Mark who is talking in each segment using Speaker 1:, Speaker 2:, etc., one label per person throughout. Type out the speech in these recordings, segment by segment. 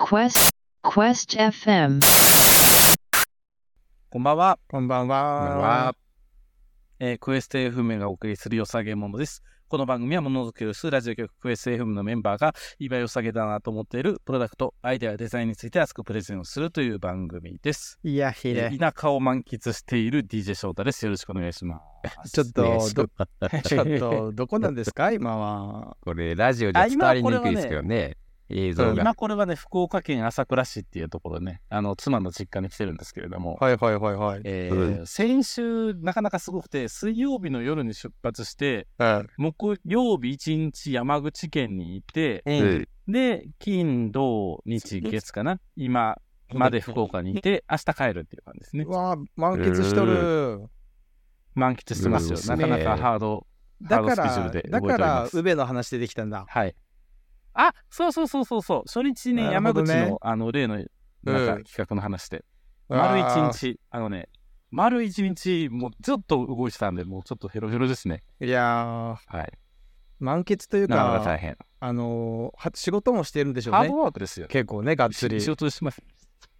Speaker 1: Quest Quest FM
Speaker 2: こんばんは。
Speaker 3: こんばんは。
Speaker 2: えークエスト FM がお送りするよさげものです。この番組はものづくりをするラジオ局クエスト FM のメンバーが今良さげだなと思っているプロダクト、アイデア、デザインについて熱くプレゼンをするという番組です。
Speaker 3: いや、ひ
Speaker 2: えー
Speaker 3: れ。
Speaker 2: 田舎を満喫している DJ 翔太です。よろしくお願いします。
Speaker 3: ちょっ
Speaker 4: ね
Speaker 3: と、
Speaker 4: そ
Speaker 3: ど
Speaker 4: う
Speaker 3: ちょっと、どこなんですか今は。
Speaker 4: これ、ラジオじゃ伝わりにくいですけどね、映像が。
Speaker 2: 今これはね、福岡県朝倉市っていうところね、あの、妻の実家に来てるんですけれども、
Speaker 3: はいはいはいはい。
Speaker 2: えー先週、なかなかすごくて、水曜日の夜に出発して、
Speaker 3: うん
Speaker 2: 木曜日一日山口県にいて、
Speaker 4: うん
Speaker 2: で、金、土、日、月かな今まで福岡にいて、明日帰るっていう感じですね
Speaker 3: う。わあ満喫しとる。
Speaker 2: 満喫してますよ。
Speaker 4: う
Speaker 2: な
Speaker 4: ん
Speaker 2: かなかハード。ハー
Speaker 3: だ
Speaker 2: ド
Speaker 3: か
Speaker 2: スケジュール
Speaker 3: ら
Speaker 2: で、
Speaker 3: だ
Speaker 2: 動いてお
Speaker 3: か
Speaker 2: りま
Speaker 3: ら、
Speaker 2: す
Speaker 3: 宇部の話出てきたんだ。
Speaker 2: はい。あそうそうそうそうそう。初日ね、
Speaker 3: なる
Speaker 2: 山
Speaker 3: ほど
Speaker 2: 口
Speaker 3: ね
Speaker 2: の、あの、例の、なん
Speaker 3: う
Speaker 2: か
Speaker 3: ん
Speaker 2: 企画の話で。丸一日、あのね、丸一日、もうちょっと動いてたんで、もうちょっとヘロヘロですね。
Speaker 3: 日。いやー
Speaker 2: はい。
Speaker 3: 満喫という
Speaker 2: なかなか大
Speaker 3: か、
Speaker 2: 変。
Speaker 3: あのーは仕事もしてるんでしょ
Speaker 2: ハ
Speaker 3: う
Speaker 2: ー
Speaker 3: ね
Speaker 2: ド。ワークですよ。
Speaker 3: 結構ね、がっつり
Speaker 2: 仕。事してます。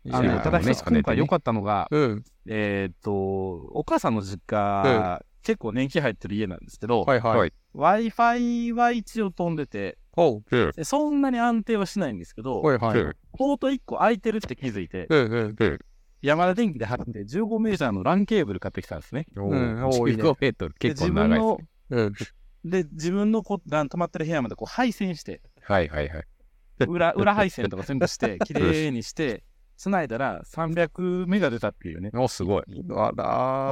Speaker 3: い
Speaker 2: あ
Speaker 4: い
Speaker 2: の、
Speaker 4: や
Speaker 3: や
Speaker 2: ただ
Speaker 4: もうね
Speaker 2: 一つ今回良かったのが、
Speaker 3: うん。
Speaker 2: えーっと、お母さんの実家、結構年季入ってる家なんですけど、
Speaker 3: はいは
Speaker 4: はいい。
Speaker 2: Wi-Fi は一応飛んでて、
Speaker 3: ほ
Speaker 4: うん
Speaker 2: でそんなに安定はしないんですけ
Speaker 3: う。
Speaker 2: ど、
Speaker 3: はいはい。
Speaker 4: うん
Speaker 2: ポート1個空いてるって気づいて、
Speaker 3: うんうん。
Speaker 2: 山田電機で払って15メーターのランケーブル買ってきたんですね。
Speaker 4: お
Speaker 3: うん多いね
Speaker 4: ー15メートル、結
Speaker 2: で自
Speaker 4: 構
Speaker 2: 分
Speaker 4: 長いです
Speaker 2: の
Speaker 4: ね。
Speaker 3: うん。
Speaker 2: で、自分のこあの泊まってる部屋までこう配線して、
Speaker 4: はいはいはい。
Speaker 2: 裏裏配線とか全部 して、綺麗にして、繋いだら300メガ出たっていうね。
Speaker 4: お、すごい。
Speaker 3: あら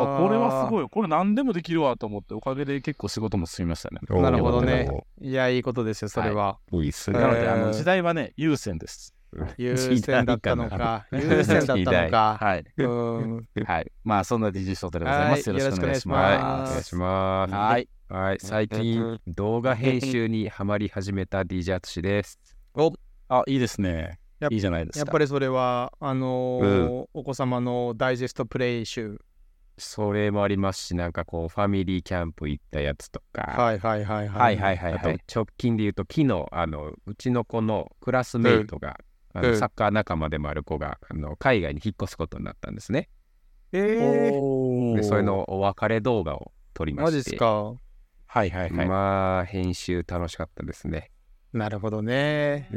Speaker 2: あ
Speaker 3: ー
Speaker 2: これはすごい。これ何でもできるわと思って、おかげで結構仕事も進みましたね。
Speaker 4: おー
Speaker 3: なるほどね。いや、いいことですよ、それは。
Speaker 4: いいっす
Speaker 3: えー
Speaker 2: な
Speaker 4: ね。
Speaker 2: ので、あの時代はね、優先です。
Speaker 3: 優先だったの か。優先だっ
Speaker 4: 時
Speaker 3: たの
Speaker 4: 代
Speaker 3: か。
Speaker 2: はい。
Speaker 3: うん。
Speaker 2: はい。まあ、そんな DJ ショートでございます。
Speaker 3: は
Speaker 2: よ
Speaker 3: い
Speaker 2: ろしくお願いし
Speaker 4: はい、
Speaker 3: よ
Speaker 4: お
Speaker 3: ろ
Speaker 2: ま
Speaker 4: 願い
Speaker 2: す。
Speaker 4: します。
Speaker 2: はい。
Speaker 4: はい。最近、動画編集にハマり始めた DJ アツシです。
Speaker 2: あ、いいですね
Speaker 3: や。
Speaker 2: いいじゃないです
Speaker 3: やっ
Speaker 2: か。
Speaker 3: ぱりそれはあのーお子様のダイジェストプレイ集
Speaker 4: それもありますし、なんかこう、ファミリーキャンプ行ったやつとか、
Speaker 3: はいはいはい
Speaker 2: はいはいはい
Speaker 4: あ
Speaker 2: は
Speaker 4: と
Speaker 2: い。
Speaker 4: 直近で言うと、昨日、あの、うちの子のクラスメイトが、あの
Speaker 3: うん
Speaker 4: サッカー仲間でもある子があの海外に引っ越すことになったんですね。
Speaker 3: えー、
Speaker 4: でそれのお別れ動画を撮りま
Speaker 3: マ
Speaker 4: して
Speaker 3: ジっすか
Speaker 2: はいはいはい。
Speaker 4: まあ編集楽しかったですね
Speaker 3: なるほどね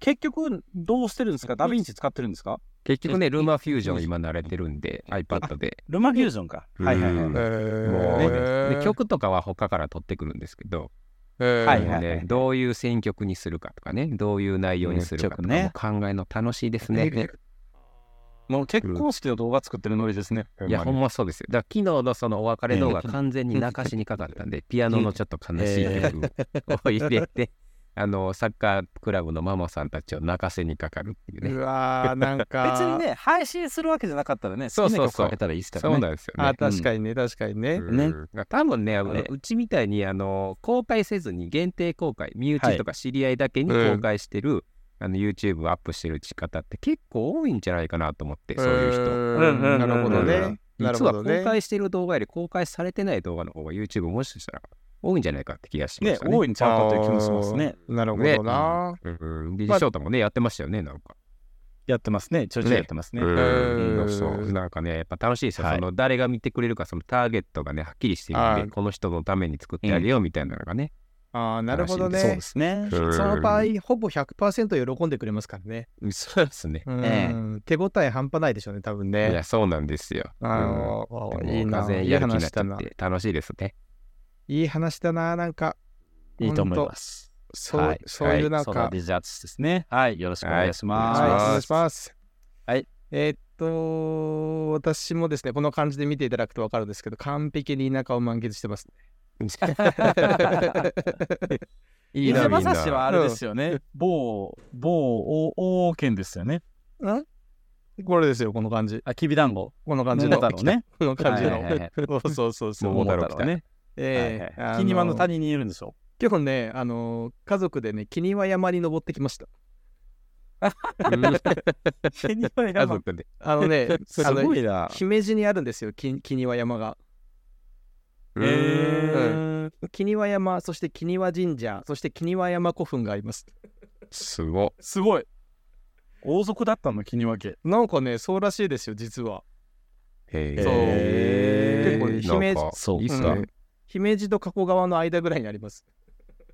Speaker 2: 結局、どうしてるんですかダヴィンチ使ってるんですか
Speaker 4: 結局ねルーマフュージョン今慣れてるんで iPad で
Speaker 2: ルマフュージョンか。
Speaker 4: うん
Speaker 2: はいはいは
Speaker 4: う
Speaker 2: い
Speaker 3: え。
Speaker 4: ん
Speaker 3: ー
Speaker 4: もう
Speaker 3: え
Speaker 4: ね
Speaker 3: ー
Speaker 4: で曲とかは他から撮ってくるんですけど、
Speaker 3: えー
Speaker 2: はい
Speaker 4: もうねどういう選曲にするかとかねどういう内容にするかと
Speaker 2: う
Speaker 4: か、
Speaker 2: ん曲ね
Speaker 4: もう考えるの楽しいですね
Speaker 2: もう結婚式の動画作ってるノリですね。
Speaker 4: いやほんまそうですよだから昨日のそのお別れ動画
Speaker 2: うん
Speaker 4: 完全に泣かしにかかったんでピアノのちょっと悲しい曲 を入れて、あのサッカークラブのママさんたちを泣かせにかかるっていうね
Speaker 3: うわーなんか
Speaker 2: 別にね、配信するわけじゃなかったらね、
Speaker 4: そうそうそ
Speaker 2: 好きな曲
Speaker 4: う
Speaker 2: かけたらいいですか
Speaker 4: そ
Speaker 2: ら
Speaker 4: う
Speaker 2: ね。
Speaker 4: なんですよね
Speaker 3: あ確かにね確かにね、
Speaker 2: んね
Speaker 4: うん多分ね、あの
Speaker 2: ね
Speaker 4: うちみたいにあの公開せずに限定公開、身
Speaker 2: はい
Speaker 4: 内とか知り合いだけに
Speaker 3: うん
Speaker 4: 公開してる、あの YouTube をアップしてる打ち方って結構多いんじゃないかなと思って、そういう人。
Speaker 2: うんうんうん
Speaker 3: なるほどね
Speaker 4: うん
Speaker 3: なる
Speaker 4: 実
Speaker 3: ほ
Speaker 4: は
Speaker 3: ど
Speaker 4: 公
Speaker 3: ね
Speaker 4: 開してる動画より公開されてない動画の方が YouTube もしかしたら多いんじゃないかって気がしま
Speaker 2: ね
Speaker 4: し、たね。
Speaker 2: 多いんちゃうかという気もしますね。
Speaker 3: あーなるほどな、
Speaker 4: うん、DJ 翔太もね、やってましたよね、なんか。
Speaker 2: やってますね。ちょいちょいやってますね。
Speaker 3: うん
Speaker 4: うんそうなんかね、やっぱ楽しいですよ。
Speaker 2: はい
Speaker 4: その誰が見てくれるか、そのターゲットがね、はっきりしてるん
Speaker 3: あー
Speaker 4: で、この人のために作ってあげようみたいなのがね、
Speaker 3: ああなるほど
Speaker 2: そう
Speaker 3: ね
Speaker 2: ですね。
Speaker 4: うん
Speaker 3: その場合ほぼ100%喜んでくれますからね、
Speaker 4: そうですね。
Speaker 3: うん
Speaker 2: え
Speaker 3: 手応え半端ないでしょうね多分
Speaker 4: い
Speaker 3: ね
Speaker 4: や、そうなんですよ。
Speaker 3: あの
Speaker 4: うん、
Speaker 3: いい
Speaker 4: もう
Speaker 3: な、
Speaker 4: 風
Speaker 3: いい
Speaker 4: やる気に
Speaker 3: 話
Speaker 4: なっちゃ
Speaker 3: だな
Speaker 4: っ。て楽しいです ね。
Speaker 3: いい話だな、なんか、
Speaker 2: いいと思います。
Speaker 3: そう,、
Speaker 2: はい
Speaker 3: そういうなん
Speaker 2: そ
Speaker 3: か、
Speaker 2: んなデジャーツですね。はい。よろしくお願いします。
Speaker 3: はい、お
Speaker 4: お
Speaker 3: 願
Speaker 4: 願
Speaker 3: い
Speaker 4: い
Speaker 3: し
Speaker 4: し
Speaker 3: ます。
Speaker 2: はい。
Speaker 3: えーっと、私もですね、この感じで見ていただくと分かるんですけど、完璧に田舎を満喫して ます。
Speaker 4: い
Speaker 2: 伊
Speaker 4: いな、
Speaker 2: 勢
Speaker 4: みん
Speaker 2: 正
Speaker 4: な。
Speaker 2: 氏はあれですよね。某、某、大県ですよね。
Speaker 3: これですよ、この感じ。
Speaker 2: あ、きびだんご。
Speaker 3: この感じ
Speaker 2: 桃
Speaker 3: の。
Speaker 2: 太郎ね。
Speaker 3: この感じの。
Speaker 2: はいはいはい
Speaker 3: そうそうそうそう。
Speaker 4: 桃太郎
Speaker 2: ね。
Speaker 3: ええ
Speaker 2: キニワの
Speaker 3: 谷。
Speaker 2: 谷にいるんでしょ
Speaker 3: 今日ね、あの、家族でね、キニワ山に登ってきました。
Speaker 2: キニワ、
Speaker 4: 家族で。
Speaker 3: あのね
Speaker 2: す
Speaker 3: あの
Speaker 2: ごいな。
Speaker 3: 姫路にあるんですよ、キキニワ山が。
Speaker 2: えー、
Speaker 3: 鬼輪山、そして鬼輪神社、そして鬼輪山古墳があります。
Speaker 4: すご。
Speaker 2: すごい。王族だったの気に分け。
Speaker 3: なんかね、そうらしいですよ、実は。
Speaker 4: へ
Speaker 3: そう
Speaker 4: え。
Speaker 3: 結構姫路
Speaker 2: そう
Speaker 4: いいっすね
Speaker 3: う。姫路と加古川の間ぐらいにあります。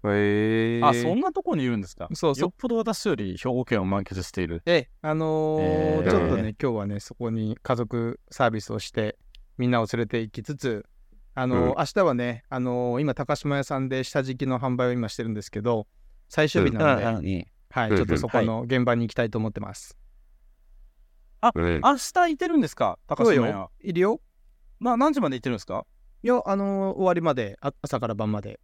Speaker 4: へえ。
Speaker 2: あ、そんなとこにいるんですか
Speaker 3: そうそう
Speaker 2: よっぽど私より兵庫県を満喫している。
Speaker 3: ええ、あのー
Speaker 2: えー
Speaker 3: ちょっとね、今日はね、そこに家族サービスをして、みんなを連れて行きつつ、あのー
Speaker 4: うん
Speaker 3: 明日はね、あのー今、高島屋さんで下敷きの販売を今してるんですけど、最終日なので、
Speaker 2: に。
Speaker 3: はい、
Speaker 4: うん
Speaker 3: ちょっとそこの現場に行きたいと思ってます。
Speaker 4: うん
Speaker 2: 明日いてるんですか高
Speaker 3: そう
Speaker 2: 島屋
Speaker 3: よ。、いるよ。
Speaker 2: な何時まで行ってるんですか
Speaker 3: いや、あのー終わりまで、あ朝から晩まで。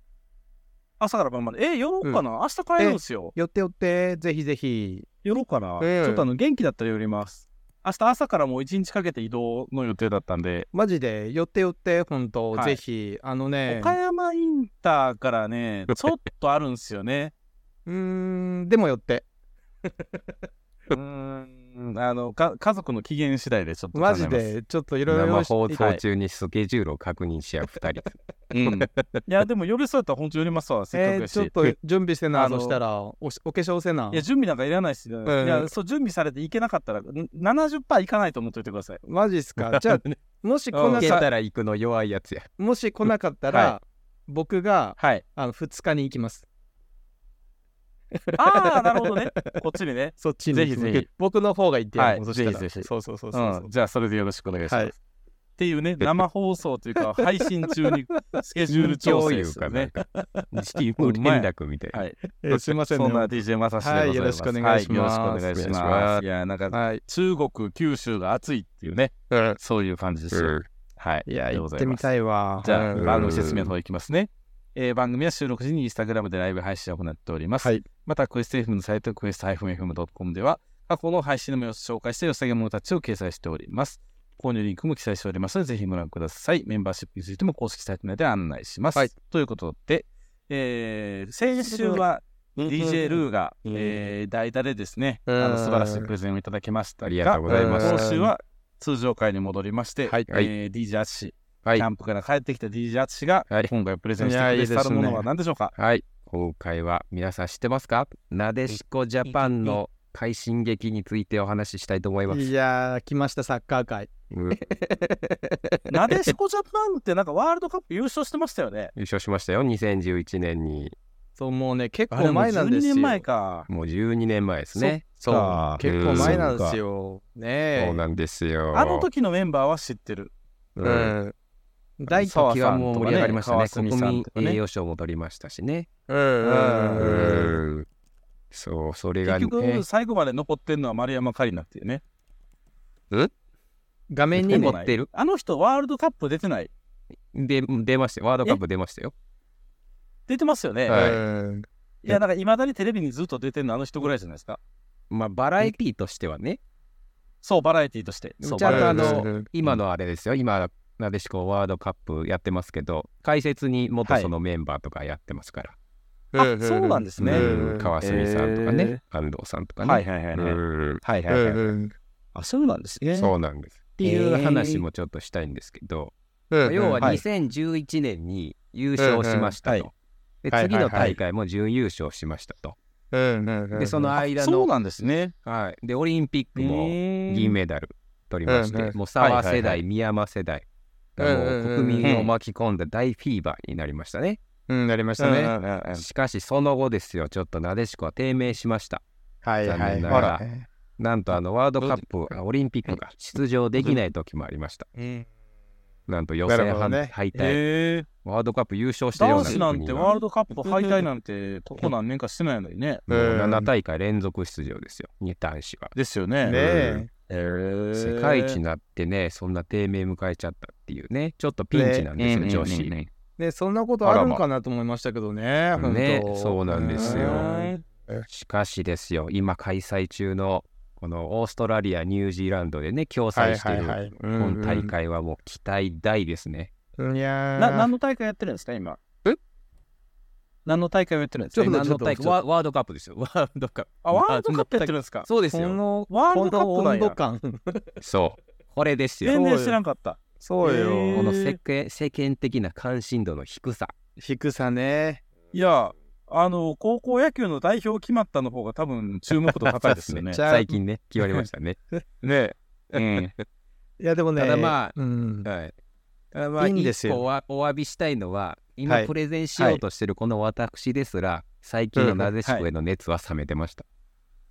Speaker 2: 朝から晩まで。え、寄ろうかな、明日帰るんですよ。
Speaker 3: 寄って寄って、ぜひぜひ。
Speaker 2: 寄ろうかな、
Speaker 4: ええ
Speaker 2: ちょっとあの元気だったら寄ります。明日朝からもう一日かけて移動の予定だったんで、
Speaker 3: マジで、寄って寄って、ほんと、
Speaker 2: はい
Speaker 3: ぜひ、あのね、
Speaker 2: 岡山インターからね、ちょっとあるんですよ ね。
Speaker 3: うーん、でも寄って。
Speaker 2: うーん、あのか家族の機嫌次第でちょっと考えま
Speaker 3: マ
Speaker 2: す
Speaker 3: ジ。で、ちょっといろいろ
Speaker 4: 生放送中にスケジュールを確認し合う二人。
Speaker 2: うん、い や、でも寄りそうやったら本当寄りますわ、せっかく
Speaker 3: えー
Speaker 2: やし。
Speaker 3: ちょっと準備してな、
Speaker 2: あの
Speaker 3: そしたら、おしお化粧せな。
Speaker 2: いや、準備なんかいらないし、ね
Speaker 3: ん
Speaker 2: いや、そう、準備されていけなかったら、ん70%いかないと思っておいてください。
Speaker 3: マジっす か。じゃあ、もし来
Speaker 4: 行
Speaker 3: な
Speaker 4: け
Speaker 3: か
Speaker 4: たら行くの弱いやつや。
Speaker 3: もし来なかったら、
Speaker 2: は
Speaker 3: 僕が
Speaker 2: はい。
Speaker 3: あの2日に行きます。
Speaker 2: ああ、なるほどね。こっちにね。
Speaker 3: そっちに
Speaker 2: ぜひぜひ
Speaker 3: 僕の方が行ってやる、
Speaker 2: はい
Speaker 3: もうそしたら
Speaker 2: ぜひぜひ
Speaker 3: そうそうそうそうそうう、
Speaker 2: ん、じゃあ、それでよろしくお願いします。
Speaker 3: はい
Speaker 2: っていうね、生放送というか、配信中 にスケジュール調整ですよ
Speaker 4: 共有
Speaker 2: ね。
Speaker 4: かなんか。チーム連絡みたいな。
Speaker 2: はい。
Speaker 3: えーすいません
Speaker 2: そんな
Speaker 3: ね。
Speaker 2: DJ まさしでございます。
Speaker 3: はいよろしくお願いします
Speaker 2: はいよろしくお願いし
Speaker 4: お願いし
Speaker 2: ま。
Speaker 4: ます
Speaker 2: いや、なんか、
Speaker 3: はい。
Speaker 2: 中国、九州が暑いっていうね、
Speaker 3: うん
Speaker 2: そういう感じですよ。
Speaker 4: うん
Speaker 2: はい。
Speaker 3: いや、
Speaker 2: で
Speaker 3: 行
Speaker 2: ご
Speaker 3: っ
Speaker 2: ざ
Speaker 3: てみ
Speaker 2: ます
Speaker 3: たいわ。
Speaker 2: じゃあ、
Speaker 3: うん
Speaker 2: 番組説明の方いきますね。えー番組は収録時にインスタグラムでライブ配信を行っております。
Speaker 3: はい
Speaker 2: また、クエスト FM のサイト、クエスト -FM.com では、過去の配信の様子を紹介して、よさげ者たちを掲載しております。購入リンクも記載しておりますので、ぜひご覧ください。メンバーシップについても公式サイト内で案内します。
Speaker 3: はい
Speaker 2: ということで、えー先週は DJ ルーが、えー代打でですね、あ
Speaker 3: うん
Speaker 2: の素晴らしいプレゼンをいただきました
Speaker 4: ありがとうございます
Speaker 2: 今週は通常回に戻りまして、
Speaker 3: はい
Speaker 2: えー DJ アッシー、
Speaker 4: はい
Speaker 2: キャンプから帰ってきた DJ アツシが、
Speaker 4: はい
Speaker 2: 今回プレゼンしてくれてたるものは何でしょうか
Speaker 4: はい。今回は皆さん知ってますかなでしこジャパンの快進撃についてお話ししたいと思います。
Speaker 3: いやー、来ました、サッカー界。
Speaker 4: うん優
Speaker 2: なでしこジャパンってなんかワールドカップ優勝してましたよね。
Speaker 4: 勝しましたよ。2011年に。
Speaker 3: そう、もうね、結
Speaker 2: あれ
Speaker 3: 構
Speaker 2: もう
Speaker 3: 前なんですよ。
Speaker 2: 12年前か。
Speaker 4: もう12年前ですね。
Speaker 3: そう
Speaker 2: か
Speaker 3: 結構前なんですよ。ねえ。
Speaker 4: そうなんですよ。
Speaker 2: あの時のメンバーは知ってる。
Speaker 4: う
Speaker 3: うんん。大
Speaker 4: その時はもう盛り上がりましたね。
Speaker 2: 澤
Speaker 4: 国
Speaker 2: さんとかね川澄さん
Speaker 4: 民
Speaker 2: とかね
Speaker 4: 栄養賞も取りましたしね。
Speaker 3: うんうん
Speaker 4: う
Speaker 3: うんうん
Speaker 4: んそう、それが
Speaker 2: 結
Speaker 4: ね。
Speaker 2: 局、最後まで残ってんのは丸山桂里奈っていうね。
Speaker 3: 画面に
Speaker 4: 残
Speaker 3: ね
Speaker 4: っ、てる
Speaker 2: あの人、ワールドカップ出てない。
Speaker 4: で、出ましたよ。ワールドカップ出ましたよ。
Speaker 2: 出てますよね。
Speaker 4: はい
Speaker 3: うん
Speaker 2: い、や、なんかいまだにテレビにずっと出てるのあの人ぐらいじゃないですか。
Speaker 4: まあ、バラエティーとしてはね。
Speaker 2: そう、バラエティーとして。
Speaker 4: ちゃ
Speaker 2: そう、
Speaker 4: んと
Speaker 2: バラエティ
Speaker 4: あ
Speaker 3: うんうんう
Speaker 4: の
Speaker 3: ん、
Speaker 4: 今のあれですよ。今、なでしこワールドカップやってますけど、解説に元そのメンバーとかやってますから。
Speaker 2: あそうなんですね
Speaker 4: うん川澄さんとか
Speaker 2: へ
Speaker 4: ね
Speaker 2: え、
Speaker 4: 安藤さんとかね。
Speaker 2: はいはいはいはい。
Speaker 4: うん
Speaker 2: はいは
Speaker 3: う
Speaker 2: い
Speaker 3: ん
Speaker 2: はい。
Speaker 3: うん
Speaker 2: あ、そうなんですね。
Speaker 4: そうなんです。っていう話もちょっとしたいんですけど、
Speaker 3: うんうん
Speaker 4: 要は
Speaker 3: はい
Speaker 4: 2011年に優勝しました
Speaker 2: うんうん
Speaker 4: と。で
Speaker 3: はい
Speaker 4: 次の大会も準優勝しましたと。
Speaker 3: うんうんうん
Speaker 4: で、その間
Speaker 2: そう
Speaker 4: の、
Speaker 2: なんですね。
Speaker 4: はい、でオリンピックも銀
Speaker 2: 銀
Speaker 4: メダル取りまし
Speaker 3: うんう
Speaker 4: て、
Speaker 3: ん
Speaker 4: もう澤
Speaker 2: はい
Speaker 4: 世
Speaker 2: はいは
Speaker 4: 代、宮山世代がもう国民を巻き込んだ大フィーバーになりましたね。
Speaker 3: うんなりました
Speaker 2: ね。
Speaker 3: ね。
Speaker 4: しかし、その後ですよ、ちょっとなでしこは低迷しました。
Speaker 3: はい
Speaker 4: はい
Speaker 3: はい。
Speaker 4: あらなんと、あの、ワールドカップ、あオリンピックが出場できない時もありました。
Speaker 3: うん
Speaker 4: なんと予選
Speaker 3: なるほどね
Speaker 4: 敗退、
Speaker 2: へえ。
Speaker 4: ワールドカップ優勝したよう
Speaker 2: 男
Speaker 4: な
Speaker 2: 子
Speaker 4: 国
Speaker 2: なんてワール
Speaker 4: が
Speaker 2: ドカップ敗退なんて、ここ何年かしてないのにね。
Speaker 4: もう
Speaker 3: うん
Speaker 4: 7大会連続出場ですよ、に男子は。
Speaker 2: ですよ
Speaker 3: ね
Speaker 2: ね。
Speaker 3: え。
Speaker 2: 世
Speaker 4: 世界一になってね、そんな低迷迎えちゃったっていうね、ちょっとピンチなんですよ、女子。
Speaker 3: ね、そんなことあるんかなと思いましたけどね。本当
Speaker 4: ねそうなんですよ
Speaker 3: うん
Speaker 4: しかしですよ、今開催中のこのオーストラリア、ニュージーランドでね、共催して
Speaker 3: はいはいは
Speaker 4: る
Speaker 3: い
Speaker 4: 今大会はもう期待大ですね。
Speaker 3: うんいやー
Speaker 2: な何の大会やってるんですか、今。
Speaker 3: え
Speaker 2: 何の大会をやってるんです
Speaker 3: ち
Speaker 2: か
Speaker 3: ょっと
Speaker 2: 今
Speaker 3: 待
Speaker 4: 何の大会ワワールドカップですよ、ワールドカップ。
Speaker 2: あ、ワールドカップやってるんですか
Speaker 4: そうです
Speaker 3: こ
Speaker 4: よ、
Speaker 3: の、
Speaker 2: ワー
Speaker 3: こ
Speaker 2: ルドカッ
Speaker 3: の
Speaker 2: プな
Speaker 3: 温
Speaker 2: ん
Speaker 3: 度
Speaker 2: や。
Speaker 3: 感。
Speaker 4: そう、これですよ。
Speaker 2: 全然知らんかった。
Speaker 3: そう
Speaker 2: へー
Speaker 4: こ
Speaker 3: よ。
Speaker 4: の世間世間的な関心度の低さ。
Speaker 3: 低さね。
Speaker 2: いや、あの、高校野球の代表決まったの方が多分注目度高いです よね。
Speaker 3: そう
Speaker 4: 最近ね、決まりましたね。
Speaker 2: ね うん。
Speaker 3: いやでもね、
Speaker 4: ただま
Speaker 3: あ、うん、
Speaker 4: はい。ただまあ、
Speaker 3: いいんですよ
Speaker 4: 一個はお詫びしたいのは、今、
Speaker 3: はい
Speaker 4: プレゼンしようとしてるこの私ですら、最近のなぜしこへの熱は冷めてました。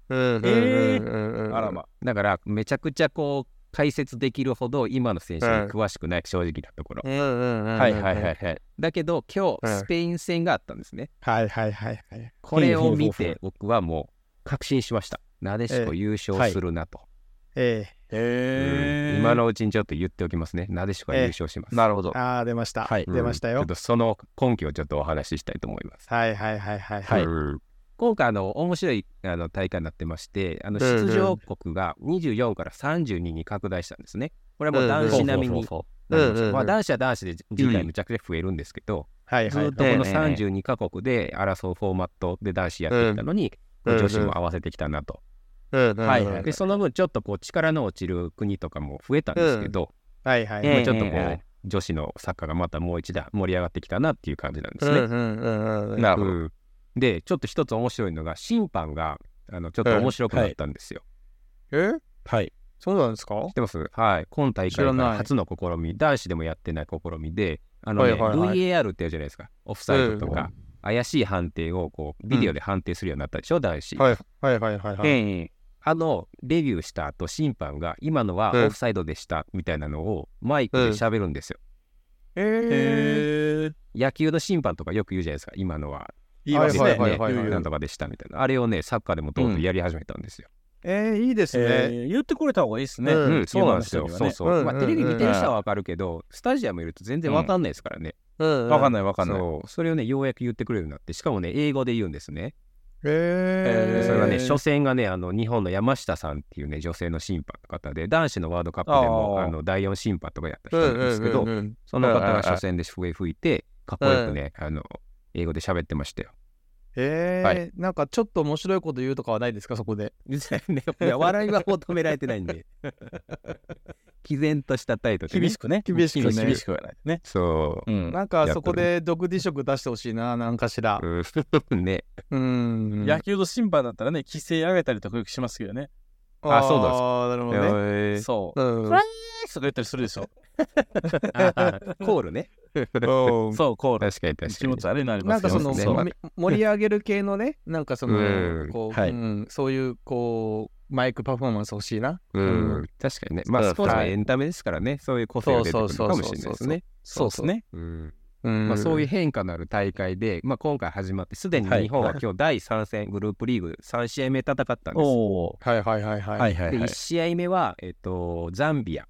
Speaker 3: うん
Speaker 2: えー
Speaker 3: ー
Speaker 2: あらま。
Speaker 4: だから、めちゃくちゃこう、解説できるほど今の選手に詳しくない、正直なところ。
Speaker 3: うんうんうん、
Speaker 4: はいはいはいはい。だけど、今
Speaker 3: うん
Speaker 4: 日、スペイン戦があったんですね。
Speaker 3: はいはいはいはい
Speaker 4: これを見
Speaker 2: ほうほう
Speaker 4: て、僕はもう確信しました。なでしこ
Speaker 3: え
Speaker 4: 優
Speaker 3: えは
Speaker 4: 勝
Speaker 3: い
Speaker 4: するなと。
Speaker 3: え
Speaker 2: へ
Speaker 4: うん今のうちにちょっと言っておきますね。なでしこが優勝します。
Speaker 2: るほど
Speaker 3: えああ出ました、
Speaker 2: はい
Speaker 4: うん
Speaker 3: 出ました
Speaker 4: ちょ
Speaker 3: よ
Speaker 4: っとその根拠をちょっとお話ししたいと思います。
Speaker 3: はいはいはいはい
Speaker 2: はい
Speaker 4: うん今回あの面白いあの大会になってましてあの
Speaker 3: うんうん
Speaker 4: 出場国が24から32に拡大したんですね。これはもう男子並みになりました
Speaker 3: うんうんうん
Speaker 4: まあ、男子は男子で人体めちゃくちゃ増えるんですけど、
Speaker 3: はい
Speaker 4: ず
Speaker 3: はい
Speaker 4: ーっとこの32カ国で争うフォーマットで男子やってきたのに、
Speaker 3: うん
Speaker 4: 女子も合わせてきたなと、
Speaker 3: うんうん
Speaker 2: はいはい
Speaker 4: でその分ちょっとこう力の落ちる国とかも増えたんですけど、
Speaker 3: はいはい
Speaker 2: え
Speaker 4: ま
Speaker 2: え
Speaker 4: あ、ちょっとこう、
Speaker 2: ええ
Speaker 4: 女子のサッカーがまたもう一段盛り上がってきたなっていう感じなんで
Speaker 3: う
Speaker 4: す
Speaker 3: ん
Speaker 4: ね。
Speaker 3: うんうんうん
Speaker 2: なるほど
Speaker 4: うんでちょっと一つ面白いのが審判があのちょっと面白くなったんですよ。
Speaker 3: え
Speaker 2: はい。
Speaker 3: そうなんですか
Speaker 4: 知ってますはい。今大
Speaker 3: 知ら
Speaker 4: 会
Speaker 3: な
Speaker 4: が
Speaker 3: い
Speaker 4: 初の試み男子でもやってない試みであの、ね
Speaker 3: はいはいはい
Speaker 4: VAR ってやるじゃないですかオフサイドとか、怪しい判定をこうビデオで判定するようになったでしょ、男子。
Speaker 3: はいはいはいはいはい
Speaker 4: ええあのレビューした後審判が今のは
Speaker 3: うん
Speaker 4: オフサイドでしたみたいなのをマイクで喋るんですよ。
Speaker 3: え
Speaker 2: へえ。
Speaker 3: ー
Speaker 4: 野球の審判とかよく言うじゃないですか今のは
Speaker 2: 言いますね。
Speaker 3: はいはいはいはい
Speaker 2: 言う言う
Speaker 4: なんとかでしたみたいなあれをねサッカーでもどんどんやり始めたんですよ。
Speaker 3: えーいいですね、
Speaker 2: えー言ってくれた方がいいですね。
Speaker 3: うん
Speaker 4: うん、そうなんですよ。
Speaker 2: 今の人
Speaker 4: そ
Speaker 2: にはね
Speaker 4: うそう。
Speaker 3: うん
Speaker 4: まあ、テレビ見てる人はわかるけど、スタジアムいると全然わかんないですからね。
Speaker 3: うんうん
Speaker 2: わかんないわかんない。
Speaker 4: そう。それをね、ようやく言ってくれるようになって、しかもね、英語で言うんですね。
Speaker 3: え
Speaker 2: へ
Speaker 3: ー
Speaker 2: ー
Speaker 4: それはね、
Speaker 2: え
Speaker 4: 初戦がね、あの、日本の山下さんっていうね、女性の審判の方で、男子のワールドカップでも、
Speaker 2: あ
Speaker 4: あ
Speaker 2: ー
Speaker 4: の、第4審判とかやった人
Speaker 3: う
Speaker 4: なん
Speaker 3: ん
Speaker 4: ですけ
Speaker 3: う
Speaker 4: ど
Speaker 3: ん、うん
Speaker 4: その方が初戦で笛吹いて、かっこよくね、あの、英語で喋ってましたよ。
Speaker 3: えー
Speaker 4: は
Speaker 3: なんかちょっと面白いこと言うとかはないですかそこで
Speaker 4: い や、笑いは求められてないんで。毅然とした態度でね。
Speaker 2: 厳しくね。
Speaker 3: 厳しくね
Speaker 2: 厳しくはないね。
Speaker 4: そ
Speaker 2: うん。
Speaker 3: なんかそこで独自色出してほしいななんかしら
Speaker 4: う。うん、ね。
Speaker 3: うん
Speaker 2: 野球の審判だったらね、規制上げたりとかよくしますけどね。
Speaker 4: あそうなんです
Speaker 3: あーなるほどね
Speaker 4: えー
Speaker 2: そう。
Speaker 3: うん
Speaker 2: とか言ったりするでしょ。
Speaker 4: あーコールね。
Speaker 3: うん
Speaker 2: そう、コール。
Speaker 4: 確かに確
Speaker 2: 気
Speaker 4: か
Speaker 2: 持
Speaker 4: に。
Speaker 2: ち悪いなりま
Speaker 3: なん
Speaker 2: すよ
Speaker 3: か
Speaker 2: ね
Speaker 3: その、も
Speaker 4: ね
Speaker 3: み盛り上げる系のね、なんかその、
Speaker 4: うん
Speaker 3: こう、
Speaker 2: はい
Speaker 3: うんそういう、こう、マイクパフォーマンス欲しいな。
Speaker 4: うん、確かにね。まあ、
Speaker 2: そう
Speaker 4: スポーツは
Speaker 2: はい
Speaker 4: エンタメですからね、そういう個性が出てくるのかもしれないですね。
Speaker 2: そうです。ね。
Speaker 4: うん
Speaker 3: うん
Speaker 4: まあ、そういうう変化のある大会で、まあ、今回始まって、すでに
Speaker 2: はい
Speaker 4: 日本は今日第3戦、グループリーグ3試合目戦ったんです。
Speaker 2: おお。
Speaker 3: はいはいはいはい。
Speaker 2: はいは
Speaker 4: で
Speaker 2: いは
Speaker 4: 1
Speaker 2: い。
Speaker 4: 試合目は、えっと、ザンビア、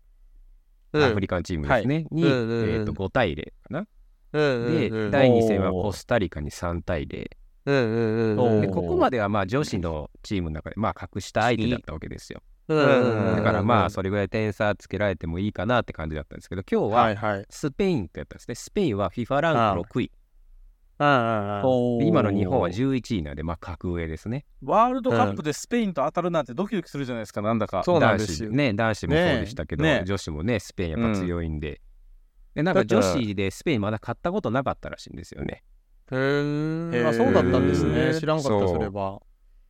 Speaker 3: うん
Speaker 4: アフリカのチームですね、に、
Speaker 3: うんうんうん
Speaker 4: えっと、5対0かな。
Speaker 3: うんうん
Speaker 4: で、
Speaker 3: うん
Speaker 4: 第2戦はコスタリカに3対0。
Speaker 3: うんうんうん
Speaker 2: お
Speaker 4: で
Speaker 2: ー
Speaker 4: ここまではまあ女子のチームの中で、まあ、格下相手だったわけです
Speaker 3: う
Speaker 4: よ。
Speaker 3: んうんうん
Speaker 4: だからまあそれぐらい点差つけられてもいいかなって感じだったんですけど今日
Speaker 3: はい
Speaker 4: は
Speaker 3: はい。
Speaker 4: スペインってやったんですねスペインは FIFA ランク6位
Speaker 3: ああ
Speaker 2: おー
Speaker 4: で今の日本は11位なんでまあ格上ですね
Speaker 2: ワールドカップでスペインと当たるなんてドキドキするじゃないですか、なんだか。
Speaker 3: そうなんですよ
Speaker 4: 男子ね男子もそうでしたけど、
Speaker 2: ねえねえ
Speaker 4: 女子もねスペインやっぱ強いんで、でなんか
Speaker 3: だ
Speaker 4: 女
Speaker 3: から
Speaker 4: 子でスペインまだ勝ったことなかったらしいんですよね
Speaker 3: へえ。
Speaker 2: へー
Speaker 3: あ、そうだったんですね。知らんかった、
Speaker 4: そう
Speaker 3: それは。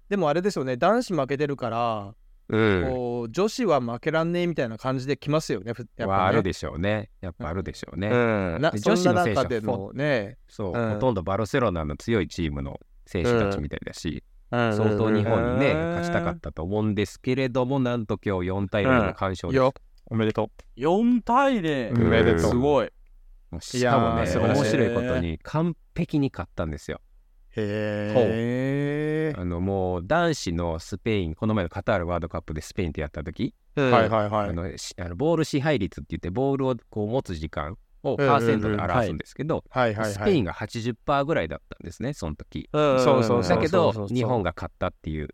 Speaker 3: でもあれですよね、男子負けてるから、
Speaker 4: うん
Speaker 3: こう女子は負けらんねえみたいな感じできますよね、ふやっ
Speaker 4: は
Speaker 3: ぱ
Speaker 4: あ
Speaker 3: ね
Speaker 4: るでしょうねやっぱあるでしょうね、
Speaker 2: うん。
Speaker 3: な
Speaker 4: で
Speaker 3: そんな
Speaker 4: 女子の選手
Speaker 3: 中
Speaker 4: は
Speaker 3: でのね、
Speaker 4: そう、
Speaker 3: うん
Speaker 4: ほとんどバルセロナの強いチームの選手たちみたいだし、
Speaker 3: 相
Speaker 4: 相当日本にね、
Speaker 2: うん
Speaker 4: 勝ちたかったと思うんですけれども、なんと今日4対0の完勝です。
Speaker 3: よ、おめでと
Speaker 2: 4対0。
Speaker 3: おめでとう
Speaker 2: すごい。
Speaker 4: もうしかも
Speaker 3: いやー
Speaker 4: ね、
Speaker 3: 素晴らしい
Speaker 4: 面白いことに完璧に勝ったんですよ。
Speaker 3: う。へえ。
Speaker 4: あのもう男子のスペイン、この前のカタールワールドカップでスペインってやった時、
Speaker 3: はいはいは
Speaker 4: あ
Speaker 3: い。
Speaker 4: のしあのボール支配率って言って、ボールをこう持つ時間を
Speaker 3: うんうんうん
Speaker 4: パーセントで表すんですけど、
Speaker 3: はいはいはい。
Speaker 4: スペインが80%ぐらいだったんですね、その時。
Speaker 3: うんそうそうそ
Speaker 4: だ
Speaker 3: う
Speaker 4: け
Speaker 3: そう
Speaker 4: ど
Speaker 3: そう、
Speaker 4: 日本が勝ったっていう。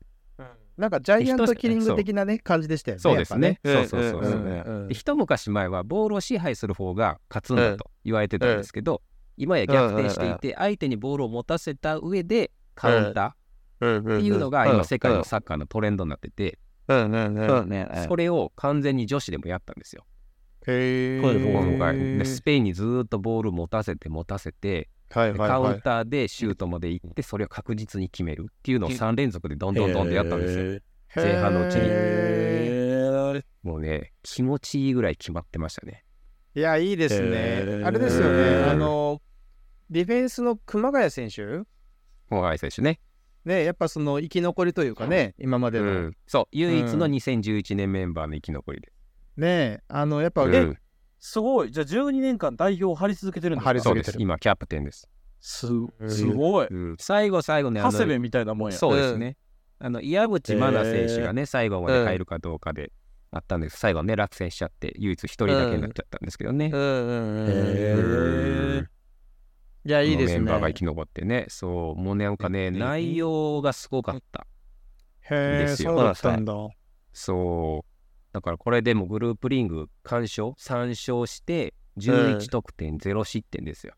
Speaker 3: なんかジャイアントキリング的なね感じでしたよね。
Speaker 4: そうですね。
Speaker 2: や
Speaker 4: そ
Speaker 2: っぱ
Speaker 4: うそう
Speaker 2: ね
Speaker 3: や
Speaker 4: そう
Speaker 3: っ
Speaker 4: そ
Speaker 3: ぱ
Speaker 4: う
Speaker 3: ね。
Speaker 2: ん
Speaker 3: うんうん
Speaker 4: で一昔前はボールを支配する方が勝つんだと言われてたんですけど、今や逆転していて、相手にボールを持たせた上でカウンターっていうのが今世界のサッカーのトレンドになってて、
Speaker 3: うんうんうん。
Speaker 2: ね
Speaker 4: それを完全に女子でもやったんですよ。
Speaker 3: へえ。
Speaker 2: これ僕
Speaker 4: 今回でスペインにずーっとボール持たせて持たせて、
Speaker 3: はい
Speaker 4: で
Speaker 3: はい
Speaker 4: カウ
Speaker 3: は
Speaker 4: ン
Speaker 3: い。
Speaker 4: ターでシュートまで行って、それを確実に決めるっていうのを3連続でどんどんどんってやったんですよ。
Speaker 2: よ。
Speaker 4: 前半のうちに
Speaker 3: へ
Speaker 2: へ
Speaker 4: もうね、気持ちいいぐらい決まってましたね。
Speaker 3: ーいや、いいです
Speaker 2: へ
Speaker 3: ね。
Speaker 2: ー
Speaker 3: あれですよ
Speaker 2: へ
Speaker 3: ね。
Speaker 2: ー
Speaker 3: あの、ディフェンスの熊谷選手
Speaker 4: 小川選手ね。
Speaker 3: ね、やっぱその生き残りというかね、今まで
Speaker 4: う
Speaker 3: の。
Speaker 4: ん、そう、唯一の
Speaker 3: うん
Speaker 4: 2011年メンバーの生き残りで。
Speaker 3: ね、あの、やっぱ、
Speaker 4: う
Speaker 3: ね
Speaker 4: ん
Speaker 2: すごい。じゃあ12年間代表を張り続けてるんですか
Speaker 3: 張り
Speaker 4: そ
Speaker 3: 続
Speaker 4: うで
Speaker 3: け
Speaker 4: す
Speaker 3: て。
Speaker 4: 今、キャプテンです。
Speaker 2: すすごい。
Speaker 4: うん最後、最後ね、あの
Speaker 2: 長谷部みたいなもんや。
Speaker 4: そうですね。あの、岩渕真奈選手がね、最後まで入るかどうかであったんです最後ね、落選しちゃって、唯一一人だけになっちゃったんですけどね。
Speaker 3: うんうんうん。
Speaker 2: へー
Speaker 3: いや、いいですね。
Speaker 4: このメンバーが生き残ってね、そう、もうなんかね、
Speaker 2: うん
Speaker 4: 内容がすごかった。
Speaker 3: へ
Speaker 4: で
Speaker 3: え、
Speaker 4: すよ
Speaker 3: そうだったんだ。
Speaker 4: そう。だからこれでもグループリング完勝、3勝して、11得点0失点ですよ。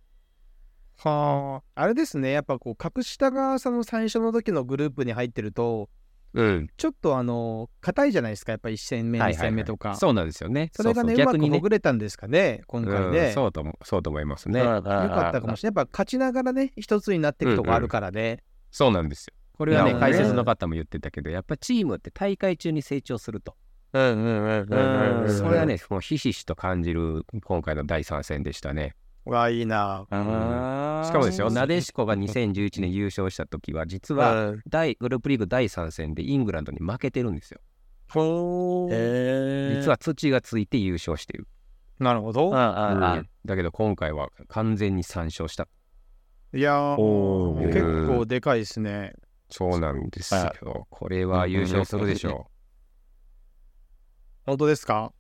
Speaker 3: はあ、あれですね、やっぱこう、格下がその最初の時のグループに入ってると、
Speaker 4: うん。
Speaker 3: ちょっとあの、硬いじゃないですか、やっぱ1戦目、
Speaker 4: は
Speaker 3: 2
Speaker 4: いはい
Speaker 3: 戦
Speaker 4: は
Speaker 3: 目
Speaker 4: い
Speaker 3: とか。
Speaker 4: そうなんですよね。
Speaker 3: それがね、
Speaker 4: そうう
Speaker 3: ま
Speaker 4: そ
Speaker 3: く
Speaker 4: う逆にね
Speaker 3: ほぐれたんですかね、今回
Speaker 4: うん
Speaker 3: ね。
Speaker 4: そうとも、そうと思いますね。
Speaker 2: よ
Speaker 3: よかったかもしれない。やっぱ勝ちながらね、一つになっていくとこあるからね。
Speaker 4: そうなんですよ。これは
Speaker 3: なるほ
Speaker 4: ね、
Speaker 3: ど
Speaker 4: 解
Speaker 3: ね
Speaker 4: 説の方も言ってたけど、やっぱチームって大会中に成長すると。
Speaker 3: うんうんうん
Speaker 2: うんうん
Speaker 4: それはね、もうひしひしと感じる今回の第3戦でしたね。
Speaker 3: うわ、いいな。
Speaker 2: あー
Speaker 4: しかもですよ、
Speaker 2: そう
Speaker 4: なでしこが2011年優勝した時は、実は
Speaker 3: うん
Speaker 4: 第グループリーグ第3戦でイングランドに負けてるんですよ。
Speaker 3: ほー
Speaker 2: へー
Speaker 4: 実は土がついて優勝している。
Speaker 3: なるほど。
Speaker 2: あ
Speaker 4: だけど今回は完全に3勝した。
Speaker 3: いやー
Speaker 2: おー
Speaker 3: 結構でかいですね。
Speaker 4: そうなんです
Speaker 2: は
Speaker 4: よ。これは優勝するでしょ
Speaker 3: 本当です か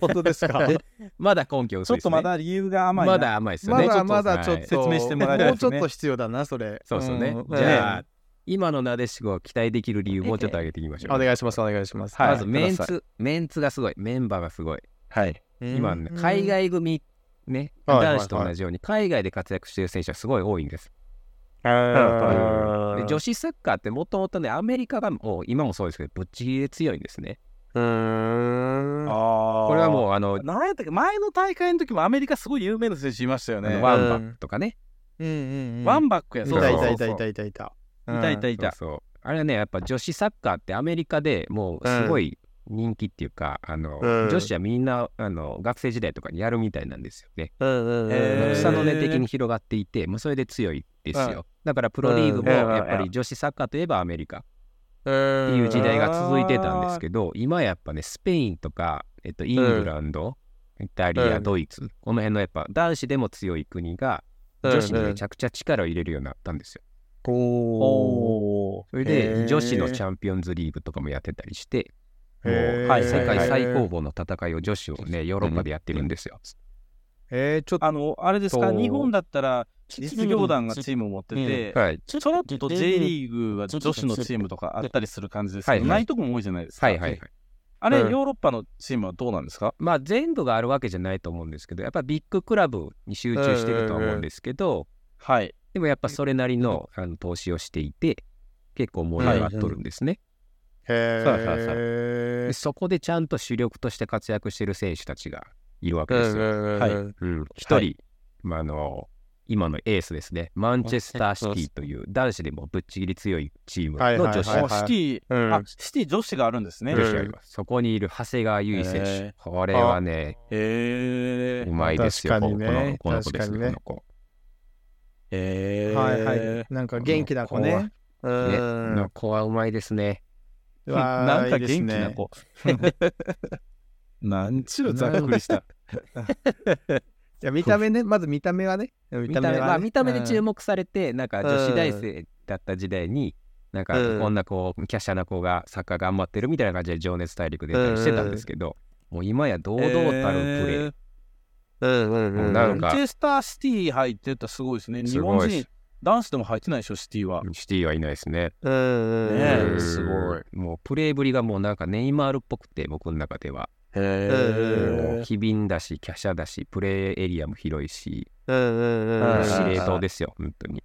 Speaker 3: 本当ですか
Speaker 4: う。 まだ根
Speaker 2: ち
Speaker 4: 拠薄
Speaker 2: ょっ
Speaker 4: いです、
Speaker 2: と
Speaker 4: ね。
Speaker 2: まだ理由が甘いな。
Speaker 4: まだ甘いです よ
Speaker 3: ま
Speaker 4: ね。
Speaker 3: だまだちょ
Speaker 4: は
Speaker 3: っ
Speaker 4: い
Speaker 3: と、
Speaker 2: 説明してもらいたいで
Speaker 3: もうち
Speaker 2: す
Speaker 3: ょ
Speaker 2: ね
Speaker 3: っと必要だな、それ。
Speaker 4: そうそうね。
Speaker 3: ん
Speaker 4: じゃあ
Speaker 3: ね、
Speaker 4: 今のなでしこが期待できる理由、もうちょっと上げていきましょう。
Speaker 3: お願いします、お願いします。
Speaker 2: はい
Speaker 4: まずメン
Speaker 2: くだ
Speaker 4: ツ、メンツがすごい、メンバーがすごい。
Speaker 2: はい。
Speaker 4: 今ね、海外組、ね、
Speaker 3: はいはいはい
Speaker 4: 男子と同じように、海外で活躍している選手はすごい多いんです。で
Speaker 3: 女
Speaker 4: 女子サッカーってもともとね、アメリカがもう、今もそうですけど、ぶっちぎりで強いんですね。
Speaker 3: うん。
Speaker 4: こ
Speaker 2: こ
Speaker 4: れはもう、あの、
Speaker 2: なんやったっけ前の大会の時もアメリカすごい有名な選手いましたよ
Speaker 4: あ
Speaker 2: ね。
Speaker 4: の
Speaker 2: ワ
Speaker 4: ワ
Speaker 2: ン
Speaker 4: ンバックとかね、
Speaker 3: うんうんうん。
Speaker 2: ワンバックや。
Speaker 3: い
Speaker 2: そう
Speaker 4: そ
Speaker 2: う
Speaker 3: た
Speaker 2: そ
Speaker 3: い
Speaker 2: そ
Speaker 3: うた
Speaker 2: う
Speaker 3: いたいたいたいた。
Speaker 2: いたいた
Speaker 3: い
Speaker 2: いた。
Speaker 4: そうそうあれはね、やっぱ女子サッカーってアメリカでもう、すごい人気っていうか、あの、
Speaker 3: うん
Speaker 4: 女子はみんな、あの、学生時代とかにやるみたいなんですよね。
Speaker 3: た。うんうんうん
Speaker 2: へー
Speaker 4: 草の根的に広がっていて、もうそれで強いです
Speaker 2: うん
Speaker 4: よ。だからプロリーグも
Speaker 2: うん
Speaker 4: やっぱり女子サッカーといえばアメリカって
Speaker 3: い
Speaker 4: いう時代が続いてたんですけど、今やっぱね、スペインとか、えっと、イングランド、イタリア、
Speaker 3: うん
Speaker 4: ドイツ、この辺のやっぱ男子でも強い国が、女子にめちゃくちゃ力を入れるようになったんですよ。
Speaker 3: おー
Speaker 2: おー
Speaker 4: それで、女子のチ
Speaker 2: ン
Speaker 4: ャンピオンズリーグとかもやってたりして、もう
Speaker 3: へー
Speaker 4: はい世界最高峰の戦いを女子をね、ヨーロッパでやってるんですよ。
Speaker 3: えー、ちょっと
Speaker 2: あの、あれですか、
Speaker 3: そう
Speaker 2: 日本だったら実業団がチームを持ってて、
Speaker 4: はい。
Speaker 2: ちょろっと J リーグは女子のチームとかあったりする感じですけど、
Speaker 4: はいはい
Speaker 2: ないとこも多いじゃないですか。
Speaker 4: はいはいはい。
Speaker 2: あれ、ヨ
Speaker 3: うん
Speaker 2: ーロッパのチームはどうなんですか
Speaker 4: まあ、全部があるわけじゃないと思うんですけどやっぱビッグクラブに集中してるとは思うんですけど、
Speaker 2: はい。
Speaker 4: でもやっぱそれなりのあの投資をしていて結構盛り上がっとるんですね、
Speaker 3: へ
Speaker 4: そうそうそう
Speaker 3: ー
Speaker 4: でそこでちゃんと主力として活躍してる選手たちがいるわけ
Speaker 3: う
Speaker 4: です
Speaker 3: んう
Speaker 4: よ。
Speaker 3: んうん
Speaker 2: はい
Speaker 3: うん
Speaker 4: うん一、
Speaker 2: は
Speaker 4: 人、まあ、あの今のエースですねマンチェスターシティという男子でもぶっちぎり強いチームの女子
Speaker 3: はい
Speaker 2: あ
Speaker 3: はい
Speaker 2: シティ、
Speaker 3: うん
Speaker 2: あ、シティ女子があるんですね。
Speaker 4: 女子がいますそこにいる長谷川唯選手、
Speaker 2: へ
Speaker 4: これはね
Speaker 2: へ
Speaker 4: う
Speaker 2: ー。
Speaker 4: まいですよ
Speaker 3: 確かにね
Speaker 4: このこの子です
Speaker 3: 確かに
Speaker 4: ね
Speaker 3: ね
Speaker 4: この子。
Speaker 2: へー。
Speaker 3: はいはい。なんか元気な子ね。
Speaker 4: ね、
Speaker 3: うん
Speaker 4: の子はうまいですね。
Speaker 3: うわー
Speaker 2: なんか元
Speaker 3: いいです
Speaker 2: 気
Speaker 3: ね
Speaker 2: な子。 なんちゅうざっくりした。
Speaker 3: いや見た目ね、まず見た目はね。見
Speaker 4: 見た目まあ、見た目で注
Speaker 3: 目。
Speaker 4: 目されて、なんか女子大生だった時代に、なんか
Speaker 3: うん
Speaker 4: こんなこう、華奢な子がサッカー頑張ってるみたいな感じで情熱大陸出たりしてたんですけど、もう今や堂々たるプレー、
Speaker 3: うんうん
Speaker 4: う
Speaker 2: マ
Speaker 4: んな
Speaker 2: ン
Speaker 4: ん
Speaker 2: チ
Speaker 4: か
Speaker 2: ェスターシティ入ってたらすごいですね。
Speaker 4: す
Speaker 2: 日
Speaker 4: ご
Speaker 2: 本
Speaker 4: いです
Speaker 2: 人、男子でも入ってないでしょ、シティは。
Speaker 4: シティはいないですね。
Speaker 3: うんうん
Speaker 2: ね
Speaker 4: うん
Speaker 2: すごい。
Speaker 4: もうプレーぶりがもうなんかネイマールっぽくて、僕の中では。
Speaker 3: へ
Speaker 4: もう機敏だし、華奢だし、プレーエリアも広いし、
Speaker 3: うんうん
Speaker 2: うん
Speaker 4: 司令
Speaker 2: は
Speaker 4: 塔
Speaker 2: い
Speaker 4: ですよ、本当に。っ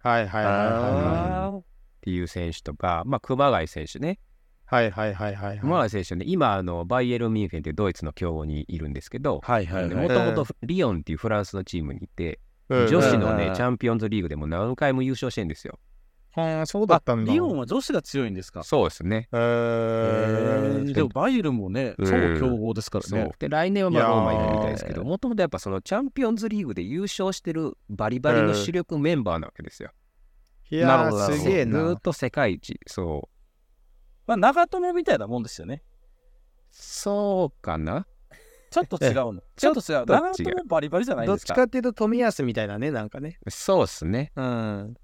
Speaker 3: はいはいは
Speaker 2: あー
Speaker 4: ていう選手とか、まあ、熊谷選手
Speaker 3: い
Speaker 4: ね。
Speaker 3: はい。はいはいはいはいはい。
Speaker 4: 熊谷選手ね、今あの、バイエルン・ミュンフェンってドイツの強豪にいるんですけど、
Speaker 2: はいはいはい。
Speaker 4: もともとリヨンっていうフランスのチームにいて、
Speaker 3: うん
Speaker 4: 女子の
Speaker 2: う
Speaker 4: ね
Speaker 2: ん
Speaker 4: チャンピオンズリーグでも何回も優勝してんですよ
Speaker 3: はあ、そうだったんだ。
Speaker 2: リオンは女子が強いんですか
Speaker 4: そうですね
Speaker 3: えー
Speaker 2: でもバイエルンもね、
Speaker 4: うん
Speaker 2: 超強豪ですから
Speaker 4: そう
Speaker 2: ね。
Speaker 4: で来年はまあ
Speaker 3: いやー
Speaker 4: ローマになるみたいですけどもともとやっぱそのチャンピオンズリーグで優勝してるバリバリの主力メンバーなわけですよ、
Speaker 3: い
Speaker 2: な
Speaker 3: や
Speaker 2: るほどな
Speaker 3: ー、
Speaker 2: るほ
Speaker 3: す
Speaker 2: ど
Speaker 3: げえ
Speaker 4: ずー
Speaker 3: な
Speaker 4: っ。と世界一そう
Speaker 2: まあ、長友みたいなもんですよね。
Speaker 4: そうかな
Speaker 2: ちょっと違う の。ちょっと違う。
Speaker 4: と違う
Speaker 2: 長友バリバリじゃない
Speaker 3: どっ
Speaker 2: です
Speaker 3: ち
Speaker 2: か。
Speaker 3: かっていうと、富安みたいなね、なんかね。
Speaker 4: そうですね
Speaker 3: うん。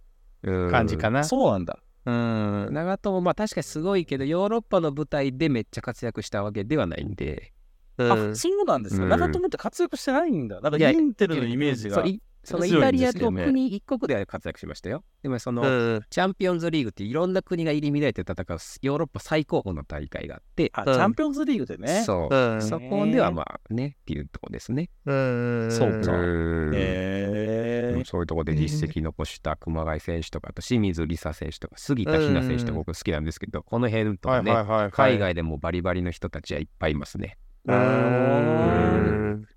Speaker 4: うん
Speaker 3: 感じかな。
Speaker 2: そうなんだ。
Speaker 3: うん。
Speaker 4: 長友まあ確かにすごいけどヨーロッパの舞台でめっちゃ活躍したわけではないんで
Speaker 3: うん
Speaker 2: あ、そうなんです
Speaker 4: う
Speaker 2: か。
Speaker 4: ん
Speaker 2: 長友って活躍してないんだ。なん
Speaker 4: い
Speaker 2: か
Speaker 4: や
Speaker 2: インテルのイメージ
Speaker 4: そ
Speaker 2: が
Speaker 4: う。いそのイ
Speaker 2: 強い
Speaker 4: タ
Speaker 2: ん
Speaker 4: リ
Speaker 2: で
Speaker 4: ア
Speaker 2: すけど
Speaker 4: と
Speaker 2: ね
Speaker 4: 国一国では活躍しましたよでもその、
Speaker 3: うん
Speaker 4: チャンピオンズリーグっていろんな国が入り乱れて戦うヨーロッパ最高峰の大会があって
Speaker 2: あ、
Speaker 3: ん
Speaker 2: チャンピオンズリーグでね。
Speaker 4: そう、
Speaker 3: うん
Speaker 4: そこではまあねっていうとこですね。
Speaker 3: うん。
Speaker 2: そうか
Speaker 4: うん
Speaker 2: へ
Speaker 4: う
Speaker 2: ー
Speaker 4: んそういうとこで実績残した熊谷選手とかあと清水梨紗選手とか杉田ひな選手とか
Speaker 3: うん
Speaker 4: 僕好きなんですけどこの辺と
Speaker 3: は
Speaker 4: か
Speaker 3: い
Speaker 4: ね、
Speaker 3: はいはいはい。
Speaker 4: 海外でもバリバリの人たちはいっぱいいますね。
Speaker 3: うん。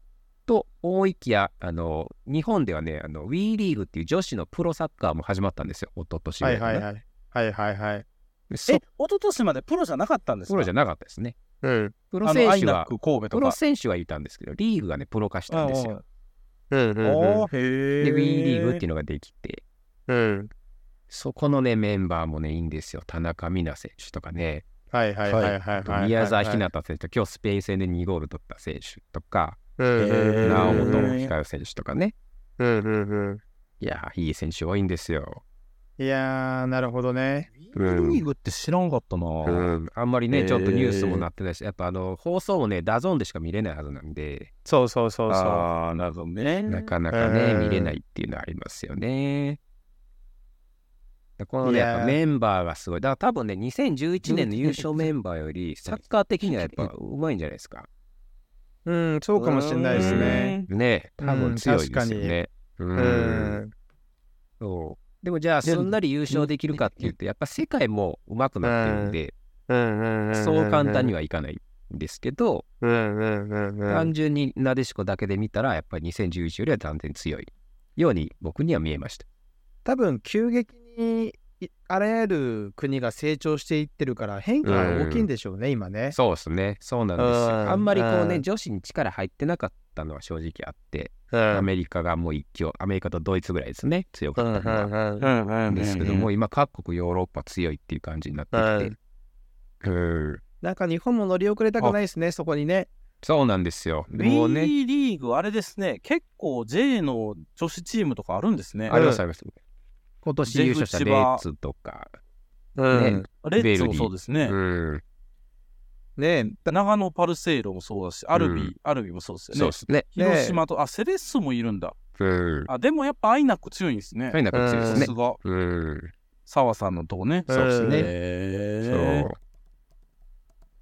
Speaker 4: と思いきやあの日本ではねあの WE リーグっていう女子のプロサッカーも始まったんですよ一昨年ぐ
Speaker 3: は
Speaker 4: らい
Speaker 3: い
Speaker 4: かな
Speaker 3: はいはい。はいはいはい。
Speaker 4: でそ
Speaker 2: え、
Speaker 4: う
Speaker 2: 一昨年までプロじゃなかったんですか
Speaker 4: プロじゃ
Speaker 2: ゃ
Speaker 4: なかったですね。
Speaker 3: うん。
Speaker 4: プ
Speaker 2: プ
Speaker 4: ロ選手
Speaker 2: アイナッ
Speaker 4: は
Speaker 2: ク神戸と
Speaker 4: プ
Speaker 2: か。
Speaker 4: ロ選手はいたんですけどリーグがねプロ化したんですよ。
Speaker 3: うんう
Speaker 2: うん
Speaker 3: ん
Speaker 2: うん
Speaker 3: うん
Speaker 2: おーへー
Speaker 4: で WE リーグっていうのができて
Speaker 3: うん。
Speaker 4: そこのね、メンバーもね、いいんですよ。田中美奈選手とかね、
Speaker 3: はいはいはいはい
Speaker 4: あと
Speaker 3: はい。
Speaker 4: 宮沢ひなた選手と、今日スペイン戦で2ゴール取った選手とか、
Speaker 3: うんうんうん。
Speaker 2: ー
Speaker 4: 直本光選手とかね。
Speaker 3: うんうんう
Speaker 4: いやー、いい選手多いんですよ。
Speaker 3: ん。いやー、なるほどね。
Speaker 4: うん
Speaker 2: リーグって知らんかったな。
Speaker 4: うん、あんまり
Speaker 2: へ
Speaker 4: ね、
Speaker 2: ー
Speaker 4: ちょっとニュースもなってないし、やっぱあの放送もね、ダゾーンでしか見れないはずなんで、
Speaker 3: そうそうそうそう。
Speaker 2: ああ、なるほどね。
Speaker 4: なかなかね、
Speaker 3: うん
Speaker 4: 見れないっていうのはありますよね。この
Speaker 3: い
Speaker 4: ね、
Speaker 3: やー
Speaker 4: やっぱメンバーがすごい。だから多分ね、2011年の優勝メンバーより、サッカー的にはやっぱうまいんじゃないですか。
Speaker 3: うん、そうかもしれないですね。
Speaker 4: ね
Speaker 3: うん
Speaker 4: 多分強いですよね。う
Speaker 3: うんん。
Speaker 4: そうでもじゃあ
Speaker 2: です
Speaker 4: んなり優勝できるかっていうとやっぱ世界もうまくなってるんで、
Speaker 3: うんうんうん。
Speaker 4: そう簡単に
Speaker 3: は。
Speaker 4: はいかないんですけど、
Speaker 3: うんうんうんうん。
Speaker 4: 単純になでしこだけで見たらやっぱり2011よりは断然強いように僕には見えました。
Speaker 3: 多分急激にいあらゆる国が成長していってるから変化が大きいんでしょうね、今ね。
Speaker 4: そうですねそうなんです
Speaker 3: う
Speaker 4: よ。
Speaker 3: ん
Speaker 4: あんまりこうね、
Speaker 3: うん
Speaker 4: 女子に力入ってなかったのは正直あって、
Speaker 3: うん
Speaker 4: アメリカがもう一強アメリカとドイツぐらいですね強
Speaker 3: う
Speaker 4: か
Speaker 3: ん
Speaker 4: ったのは。
Speaker 3: う
Speaker 2: う
Speaker 3: ん
Speaker 2: んうんうん
Speaker 4: ですけども、今各国ヨーロッパ強いっていう感じになってきて、うん、
Speaker 3: なんか日本も乗り遅れたくないですね、そこにね。
Speaker 4: そうなんですよ。
Speaker 2: ウ
Speaker 4: も
Speaker 2: ィ
Speaker 4: うね、
Speaker 2: ーリーグ、あれですね、結構 J の女子チームとかあるんですね。
Speaker 4: ありますあります。今年優勝した
Speaker 2: ジェ
Speaker 4: レ
Speaker 2: フ千葉
Speaker 4: ッツとか、
Speaker 3: う
Speaker 4: ね
Speaker 3: ん、
Speaker 2: レッズ
Speaker 4: ベル
Speaker 2: も
Speaker 4: ギー
Speaker 2: そうです
Speaker 4: う
Speaker 2: ね。
Speaker 4: ん、
Speaker 3: ね
Speaker 2: 長野パルセイロもそうだし、アルビー、
Speaker 4: うん
Speaker 2: アルビーもそうですよね。
Speaker 4: そうですね。
Speaker 2: 広島と、あ、セレッソもいるんだ。
Speaker 4: うん、
Speaker 2: あ、でもやっぱアイナック強いんですね
Speaker 4: そうい。うのが強いです
Speaker 2: さ
Speaker 4: ね
Speaker 2: す。が、
Speaker 4: うん、
Speaker 2: 澤さんのとこね。
Speaker 4: そうですね。
Speaker 2: へ
Speaker 4: そう。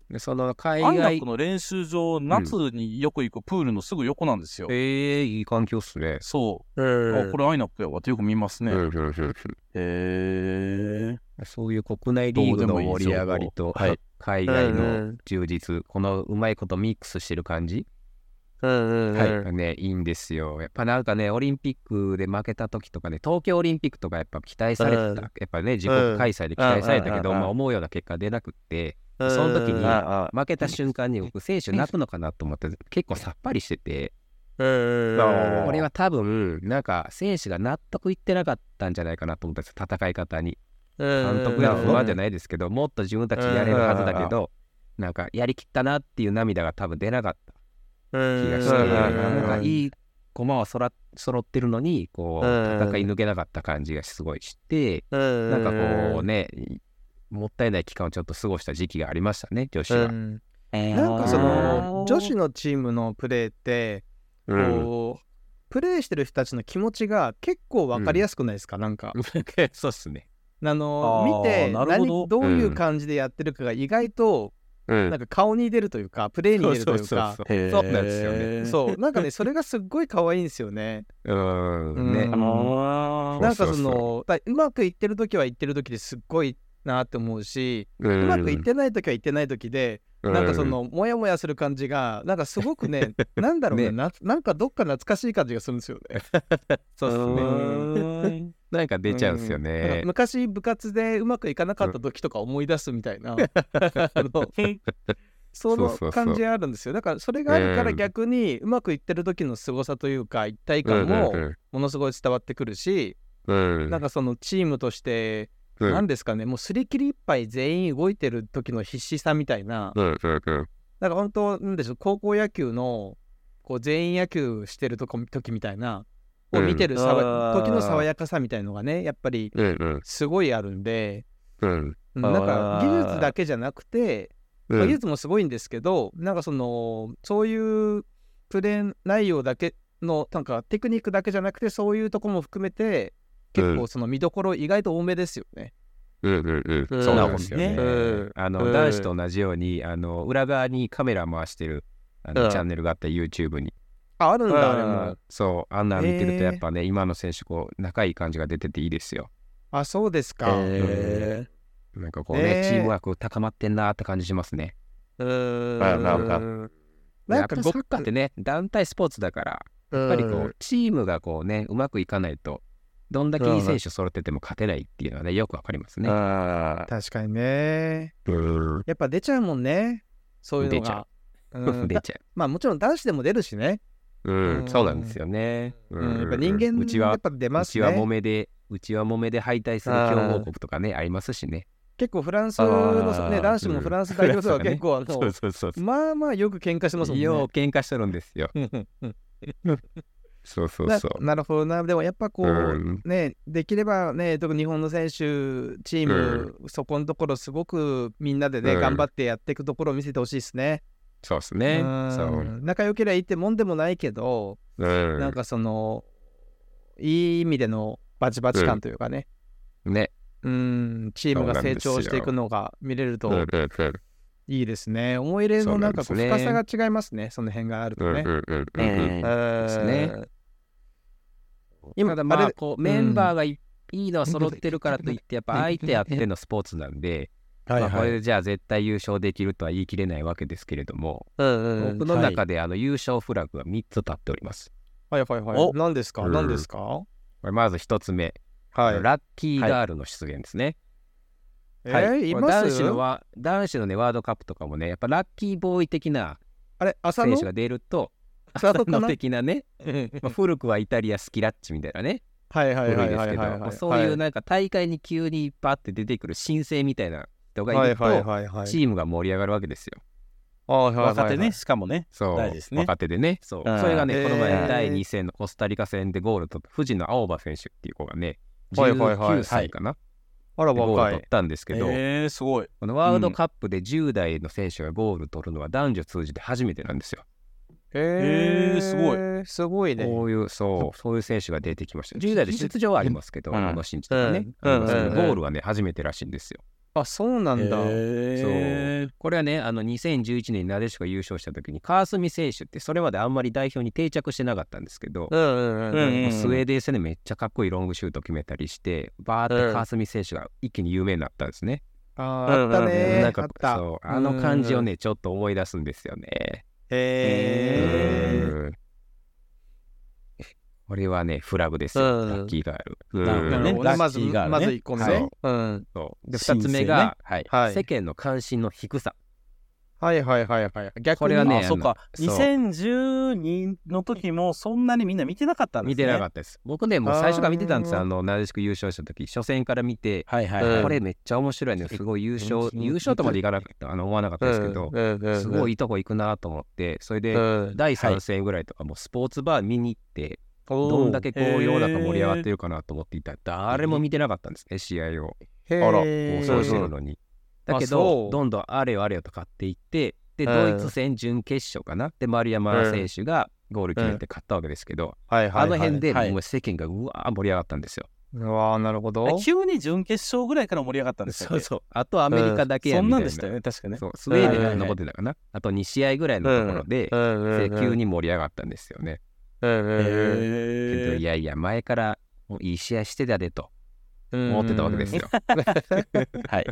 Speaker 4: でその海
Speaker 2: ーアイナッ
Speaker 4: 外
Speaker 2: ク、の練習場、夏によく行くプールのすぐ横なんですよ
Speaker 4: え。ー、いい環境っすね。
Speaker 2: そうう。
Speaker 3: ん
Speaker 2: あ、これアイナックやわってよく見ます
Speaker 4: う
Speaker 2: ね。
Speaker 4: ん
Speaker 2: へ
Speaker 4: うんうんうん
Speaker 2: え。
Speaker 4: そういう国内リーグの盛り上がり
Speaker 2: どう
Speaker 4: と
Speaker 2: でもいい情報はい
Speaker 4: 海外の充実、このうまいことミックスしてる感じ、
Speaker 3: うんうんうん
Speaker 4: はいね、いいんですよ。やっぱなんかね、オリンピックで負けた時とかね、東京オリンピックとかやっぱ期待されてた、
Speaker 3: うん
Speaker 4: やっぱね、自国開催で期待されたけど、
Speaker 2: うんうんうんうん
Speaker 4: まあ、思うような結果出なくって、その時に
Speaker 2: あ
Speaker 4: 負けた瞬間に僕、選手泣くのかなと思って、結構さっぱりしてて、
Speaker 3: うん
Speaker 2: うん
Speaker 4: これは多分、なんか選手が納得いってなかったんじゃないかなと思ったんですよ、戦い方に。監督が不安じゃ
Speaker 3: ない。
Speaker 4: ないですけど、もっと自分たちでやれるはずだけど、なんかやりきったなっていう涙が多分出なかった
Speaker 3: 気
Speaker 4: 気がして、
Speaker 2: うん
Speaker 4: なんか
Speaker 3: い。
Speaker 4: いい駒はそら揃ってるのに、こう、
Speaker 3: うん
Speaker 4: 戦い抜けなかった感じがすごいして、
Speaker 3: な
Speaker 4: なんかこうね、もったいない期間をちょっと過ごした時期がありましたね、女子
Speaker 3: な
Speaker 4: は。
Speaker 3: んかそ
Speaker 4: あ
Speaker 3: の女子のチームのプレーってこうプレーしてる人たちの気持ちが結構わかりやすくないですか、なんか
Speaker 4: そうっすね。
Speaker 3: あの
Speaker 2: あー
Speaker 3: 見て
Speaker 2: な
Speaker 3: 何
Speaker 2: るほ
Speaker 3: ど
Speaker 2: ど
Speaker 3: ういう感じでやってるかが意外となんか顔に出るというかプレーに出るというか
Speaker 4: そう
Speaker 2: へー
Speaker 4: そうなんですよね。
Speaker 3: そうなんかねそれがすっごい可愛いんですよね。
Speaker 4: うん、ね
Speaker 3: うん
Speaker 2: あー
Speaker 4: そう
Speaker 3: なんかそのだうまくいってる時はいってる時ですっごいなって思うし、
Speaker 5: う
Speaker 3: うまくいっ
Speaker 5: ん
Speaker 3: てない時は行ってない時で、なんかそのモヤモヤする感じがなんかすごく ねなんだろうね
Speaker 4: ね
Speaker 3: ななんかどっか懐かしい感じがするんですよ ね。
Speaker 4: そうです
Speaker 3: う
Speaker 4: ね。
Speaker 3: ん
Speaker 4: なんか出ちゃうんですよ
Speaker 3: なんか
Speaker 4: ね。
Speaker 3: 昔部活でうまくいかなかった時とか思い出すみたい な、あのそ
Speaker 4: そうそうそ
Speaker 3: の
Speaker 4: う
Speaker 3: 感じあるんですよだからそれがあるから逆にうまくいってる時の凄さというか一体感もものすごい伝わってくるし、なんかそのチームとして何ですかねもうすり切り一杯全員動いてる時の必死さみたいななんか本当なんでしょう高校野球のこう全員野球してるとこ時みたいなを見てるさわ
Speaker 2: うん
Speaker 3: 時の爽やかさみたいのがねやっぱりすごいあるんで、うん
Speaker 2: あー
Speaker 3: なんか技術だけじゃなくて、まあ技術もすごいんですけどなんかそのそういうプレー内容だけのなんかテクニックだけじゃなくてそういうとこも含めて結構その見どころ意外と多めですよね。
Speaker 4: そう
Speaker 3: な
Speaker 4: なんん
Speaker 3: で
Speaker 4: ですす
Speaker 3: よ
Speaker 4: よ
Speaker 3: ね
Speaker 4: ね。あ
Speaker 5: うん
Speaker 4: の男子と同じようにあの裏側にカメラ回してるあの、
Speaker 5: うん
Speaker 4: チャンネルがあった YouTube に
Speaker 3: ああるんだあれ
Speaker 2: うん
Speaker 3: も。
Speaker 4: そうあんなん見てる
Speaker 3: へえ
Speaker 4: とやっぱね、今の選手こう仲いい感じが出てていいですよ。
Speaker 3: あそうですか。
Speaker 4: へなんかこう
Speaker 3: ね
Speaker 4: ね
Speaker 3: え
Speaker 4: チームワーク高まってんなって感じしますね。
Speaker 3: うん
Speaker 5: まあまあまあ
Speaker 3: な
Speaker 4: や
Speaker 3: ん
Speaker 4: っ
Speaker 3: か
Speaker 4: ぱ
Speaker 3: ご
Speaker 4: サッカーってね団体スポーツだからやっぱりこうチームがこうねうまくいかないとどんだけいい選手揃ってても勝てないっていうのはねよくわかりますね。
Speaker 3: 確かにね。やっぱ出ちゃうもんね。そういうの
Speaker 4: 出ちゃ
Speaker 3: が。うん
Speaker 4: 出ちゃう。
Speaker 3: まあもちろん男子でも出るしね。うん
Speaker 4: そうなんですよね。う
Speaker 3: うん
Speaker 4: ん
Speaker 3: やっぱ人間
Speaker 4: うちは
Speaker 3: やっぱ出ま
Speaker 4: う
Speaker 3: す
Speaker 4: ちは揉
Speaker 3: ね。
Speaker 4: めで、うちは揉めで敗退する強豪国とかね、ありますしね。
Speaker 3: 結構フランスのね
Speaker 5: あー
Speaker 3: 男子もフランス代表とか結構あ の、
Speaker 4: そうそうそ
Speaker 3: まあまあよく喧嘩してますもんね。
Speaker 4: よう喧嘩してるんですよ。そうそ
Speaker 3: ななるほどな。でもやっぱこう、
Speaker 5: うん
Speaker 3: ね、できればね、特に日本の選手、チーム、そこのところすごくみんなでね、
Speaker 5: うん
Speaker 3: 頑張ってやっていくところを見せてほしいですね。
Speaker 4: そうですね。
Speaker 3: うん
Speaker 4: そう。
Speaker 3: 仲良ければいいってもんでもないけど、なんかそのいい意味でのバチバチ感というかね、
Speaker 4: ね。
Speaker 3: うん、チームが成長していくのが見れるといいですね。思い入れのなんかこ
Speaker 4: そううなんです
Speaker 3: 深
Speaker 4: ね
Speaker 3: さが違いますね、その辺があるとね。
Speaker 4: ですね
Speaker 3: 今
Speaker 4: ただま
Speaker 3: あ
Speaker 4: あ、
Speaker 3: れ
Speaker 4: こう、
Speaker 3: ん
Speaker 4: メンバーがいいいのは揃ってるからといって、やっぱ相手あってのスポーツなんで、まあこれでじゃあ絶対優勝できるとは言い切れないわけですけれども、僕の中であの優勝フラグが3つ立っております。
Speaker 3: はいはいは
Speaker 2: お
Speaker 3: い。何ですか
Speaker 5: うん
Speaker 3: 何ですか
Speaker 4: これまず1つ目、
Speaker 3: はい。
Speaker 4: ラッキーガールの出現ですね。
Speaker 3: え
Speaker 4: はい
Speaker 3: ー、い
Speaker 4: こ
Speaker 3: ま
Speaker 4: れ男
Speaker 3: す
Speaker 4: 子のワ男子のねワールドカップとかもねやっぱラッキーボーイ的な
Speaker 3: あれ、浅
Speaker 4: 選
Speaker 3: 野
Speaker 4: 手が出ると
Speaker 3: 浅野か
Speaker 4: の
Speaker 3: な
Speaker 4: 的なね、
Speaker 3: うん
Speaker 4: まあ、古くはイタリアスキラッチみたいなね
Speaker 3: はいはい
Speaker 4: 古
Speaker 3: はいい
Speaker 4: で
Speaker 3: は
Speaker 4: す
Speaker 3: い
Speaker 4: けど
Speaker 3: は
Speaker 4: ま
Speaker 3: は
Speaker 4: あ
Speaker 3: い。
Speaker 4: そういうなんか大会に急にパって出てくる新星みたいな人が
Speaker 3: はいい
Speaker 4: ると、
Speaker 3: はいはいはい。
Speaker 4: チームが盛り上がるわけですよ。
Speaker 3: はいはいはい
Speaker 2: 若手ね、。しかもね。
Speaker 4: そう
Speaker 2: 大事ですね
Speaker 4: 若手でねそう
Speaker 2: うん
Speaker 4: それがね、この
Speaker 3: へー
Speaker 4: 前第2戦のコスタリカ戦でゴールと富士の青葉選手っていう子がね
Speaker 3: はいはいはい
Speaker 4: 19歳かな、
Speaker 3: あら、
Speaker 4: でゴール
Speaker 3: 若
Speaker 4: 取っ
Speaker 3: い。
Speaker 4: たんですけど、
Speaker 2: えー、すごい。
Speaker 4: このワールドカップで10代の選手がゴール取るのは男女通じて初めてなんですよ。
Speaker 3: へ
Speaker 2: へーすご
Speaker 3: い。すごいね。
Speaker 4: こういう、そう、そういう選手が出てきました。10代で出場はありますけど、
Speaker 2: うん
Speaker 4: あの新地とかね、
Speaker 5: うん
Speaker 4: あのその
Speaker 5: うん
Speaker 4: ゴールはね、初めてらしいんですよ。
Speaker 3: あ、そうなんだ。
Speaker 2: えー、
Speaker 4: これはね、あの2011年になでしこが優勝した時に、川澄選手ってそれまであんまり代表に定着してなかったんですけど、
Speaker 5: うんうんうん
Speaker 2: うん
Speaker 4: スウェーデン戦でめっちゃかっこいいロングシュート決めたりして、バーって川澄選手が一気に有名になったんですね。
Speaker 3: あーあったね
Speaker 5: うんうんう
Speaker 4: な
Speaker 5: ん
Speaker 3: ー
Speaker 4: ん。
Speaker 3: あ
Speaker 4: か
Speaker 3: っ、た。
Speaker 4: そう、あの感じをね、ちょっと思い出すんですよね。
Speaker 3: へー
Speaker 4: うんこれはね、フラグですよ、
Speaker 5: うん
Speaker 4: ラッキーガール。
Speaker 5: うん
Speaker 2: なるほど
Speaker 3: なる
Speaker 2: ね
Speaker 3: ほど
Speaker 2: ラ
Speaker 3: ねま
Speaker 2: ッ
Speaker 3: ず、
Speaker 2: キーがね
Speaker 3: まず1個目
Speaker 4: は
Speaker 3: ね
Speaker 4: い。
Speaker 3: うん。
Speaker 4: そうで
Speaker 2: 新
Speaker 4: 2
Speaker 2: 鮮
Speaker 4: つ
Speaker 2: ね
Speaker 4: 目が、はい
Speaker 3: はい
Speaker 4: 世間の関心の低さ。
Speaker 3: はいはいはいはい。逆に
Speaker 4: これはね
Speaker 2: あ、そうか。
Speaker 4: そう
Speaker 2: 2012の時もそんなにみんな見てなかったんで
Speaker 4: 見
Speaker 2: すね。
Speaker 4: てなか
Speaker 2: っ
Speaker 4: ったです。僕ね、もう最初から見てたんです
Speaker 3: あー
Speaker 4: あの、なでしこ優勝した時初戦から見て、
Speaker 2: た。はいはい、
Speaker 5: うん
Speaker 4: これめっちゃ面白いね。すごい優
Speaker 3: う
Speaker 4: 勝、
Speaker 3: ん
Speaker 4: 優勝とまでいかなかった、あの思わなかったですけど、すごいいいとこ行くなと思って、それで、第3戦ぐらいとかもうスポーツバー見に行って、どんだけこ
Speaker 2: へー
Speaker 4: う世の中盛り上がってるかなと思っていたら、誰も見てなかったんですね、試合を。
Speaker 3: へ
Speaker 5: あら
Speaker 4: 放
Speaker 3: ー
Speaker 4: 送してるのに。
Speaker 3: うん
Speaker 4: だけ
Speaker 3: あそ
Speaker 4: ど
Speaker 3: う、
Speaker 4: どんどんあれよあれよと買っていって、で、
Speaker 5: う
Speaker 4: ド
Speaker 5: ん
Speaker 4: イツ戦準決勝かな。で、丸山選手がゴール決めて勝ったわけですけど、
Speaker 3: はいは
Speaker 4: あ
Speaker 3: いは
Speaker 4: の
Speaker 3: い。
Speaker 4: 辺で
Speaker 2: はい
Speaker 4: もう世間がうわー盛り上がったんですよ。
Speaker 3: うわあ、なるほど。
Speaker 2: 急に準決勝ぐらいから盛り上がったんですよ、
Speaker 4: そうそう。あとアメリカだけ
Speaker 2: そ
Speaker 4: や
Speaker 2: ん
Speaker 4: みた
Speaker 2: ないん
Speaker 4: な。
Speaker 2: でしたよね、確かね。
Speaker 4: そう、スウェーデン
Speaker 2: う
Speaker 4: が
Speaker 2: ん
Speaker 4: 残ってたかな。あと2試合ぐらいのところで、急に盛り上がったんですよね。けど、
Speaker 2: へ
Speaker 4: いやいや、前からもういい試合してたでと。思ってたわけですよ。 はい、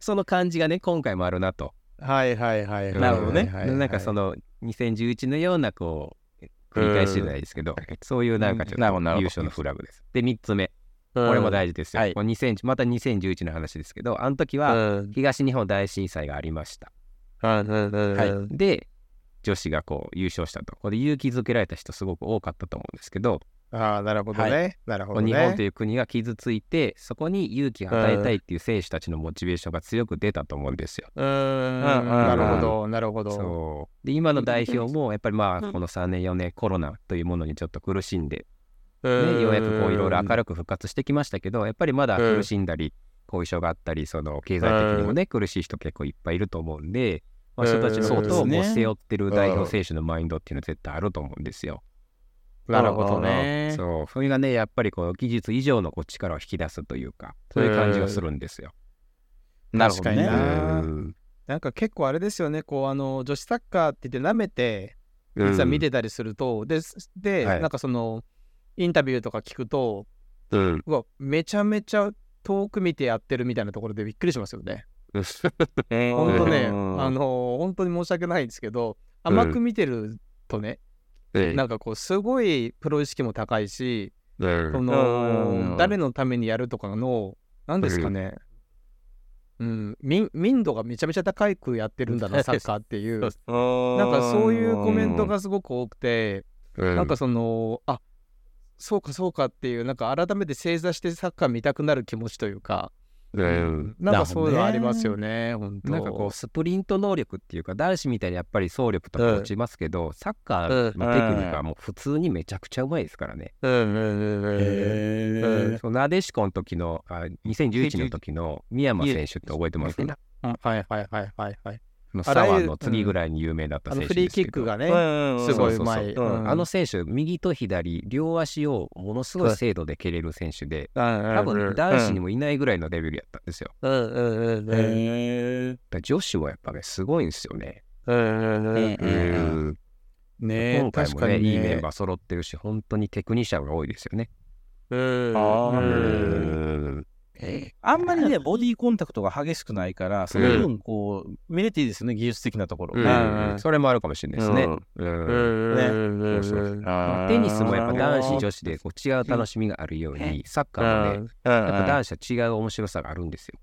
Speaker 4: その感じがね今回もあるなと。
Speaker 3: はいはいはい、はい、
Speaker 4: なるほどね。なんかその2011のようなこう繰り返しじゃないですけど、そういうなんかちょっと優勝のフラグです。で3つ目。これも大事ですよ、はい、こ2000また2011の話ですけどあの時は東日本大震災がありました、はい、で女子がこう優勝したとこれ勇気づけられた人すごく多かったと思うんですけど
Speaker 3: ああなるほどね、はい、なるほど、ね、
Speaker 4: 日本という国が傷ついてそこに勇気を与えたいっていう選手たちのモチベーションが強く出たと思うんですよ。
Speaker 3: うんなるほどなるほど。
Speaker 4: そうで今の代表もやっぱりまあこの3年4年コロナというものにちょっと苦しんでね、ようやくこういろいろ明るく復活してきましたけどやっぱりまだ苦しんだり後遺症があったりその経済的にもね苦しい人結構いっぱいいると思うんで、まあ、人たちのことをもう背負ってる代表選手のマインドっていうのは絶対あると思うんですよ。
Speaker 3: なるほどね。
Speaker 4: そうそれがねやっぱりこう技術以上のこう力を引き出すというかそういう感じがするんですよ。
Speaker 3: なるほどね。なんか結構あれですよねこうあの女子サッカーって言って舐めて実は見てたりすると、でで、はい、なんかその。インタビューとか聞くと、うん、うわめちゃめちゃ遠く見てやってるみたいなところでびっくりしますよね。えー、ほんとね、あのー、本当に申し訳ないんですけど甘く見てるとね、うん、なんかこうすごいプロ意識も高いし、うん、その誰のためにやるとかの何ですかね、うん、民民度がめちゃめちゃ高くやってるんだ なサッカーっていうなんかそういうコメントがすごく多くて、うん、なんかそのあそうかそうかっていうなんか改めて正座してサッカー見たくなる気持ちというか、うん、なんかそういうのありますよね本当
Speaker 4: なんかこうスプリント能力っていうか男子みたいにやっぱり走力とか落ちますけど、サッカーのテクニックはもう普通にめちゃくちゃうまいですからね。なでしこの時のあ2011の時の三山選手って覚えてますか
Speaker 3: はいはいはいはいはい。
Speaker 4: サワーの次ぐらいに有名だった選手
Speaker 3: フリーキックがね、すごいうまい。
Speaker 4: あの選手、右と左、両足をものすごい精度で蹴れる選手で、多分男子にもいないぐらいのレベルやったんですよ。女子はやっぱね、すごいんですよね。
Speaker 3: ね
Speaker 4: 今回もね、いいメンバー揃ってるし、本当にテクニシャンが多いですよね。
Speaker 2: あんまりね、ボディーコンタクトが激しくないから、その分、こう、見れていいですよね、技術的なところ。
Speaker 4: それもあるかもしれないですね。テニスもやっぱ男子、女子でこう違う楽しみがあるように、サッカーもね、やっぱ男子は違う面白さがあるんですよ。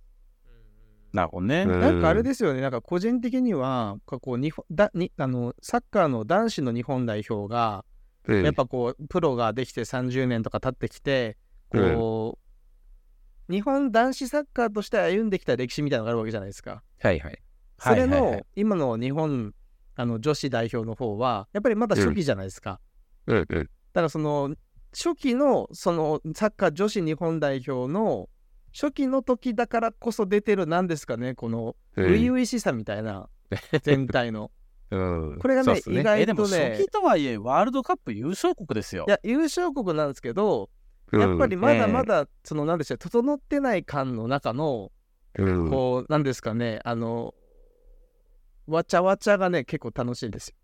Speaker 2: なるほどね。
Speaker 3: なんかあれですよね、なんか個人的には、こう日本だにあのサッカーの男子の日本代表が、やっぱこう、プロができて30年とか経ってきて、こう、日本男子サッカーとして歩んできた歴史みたいなのがあるわけじゃないですか。
Speaker 4: はいはい。
Speaker 3: それの今の日本あの女子代表の方はやっぱりまだ初期じゃないですか。
Speaker 4: うんうん、だ
Speaker 3: からその初期のそのサッカー女子日本代表の初期の時だからこそ出てるなんですかねこの初々しさみたいな全体の。
Speaker 4: うん、
Speaker 3: これがね、ね、意外とね。
Speaker 2: 初期とはいえワールドカップ優勝国ですよ。
Speaker 3: いや優勝国なんですけどやっぱりまだまだ、その何でしょう整ってない感の中の、こう何ですかねあのわちゃわちゃがね結構楽しいんですよ。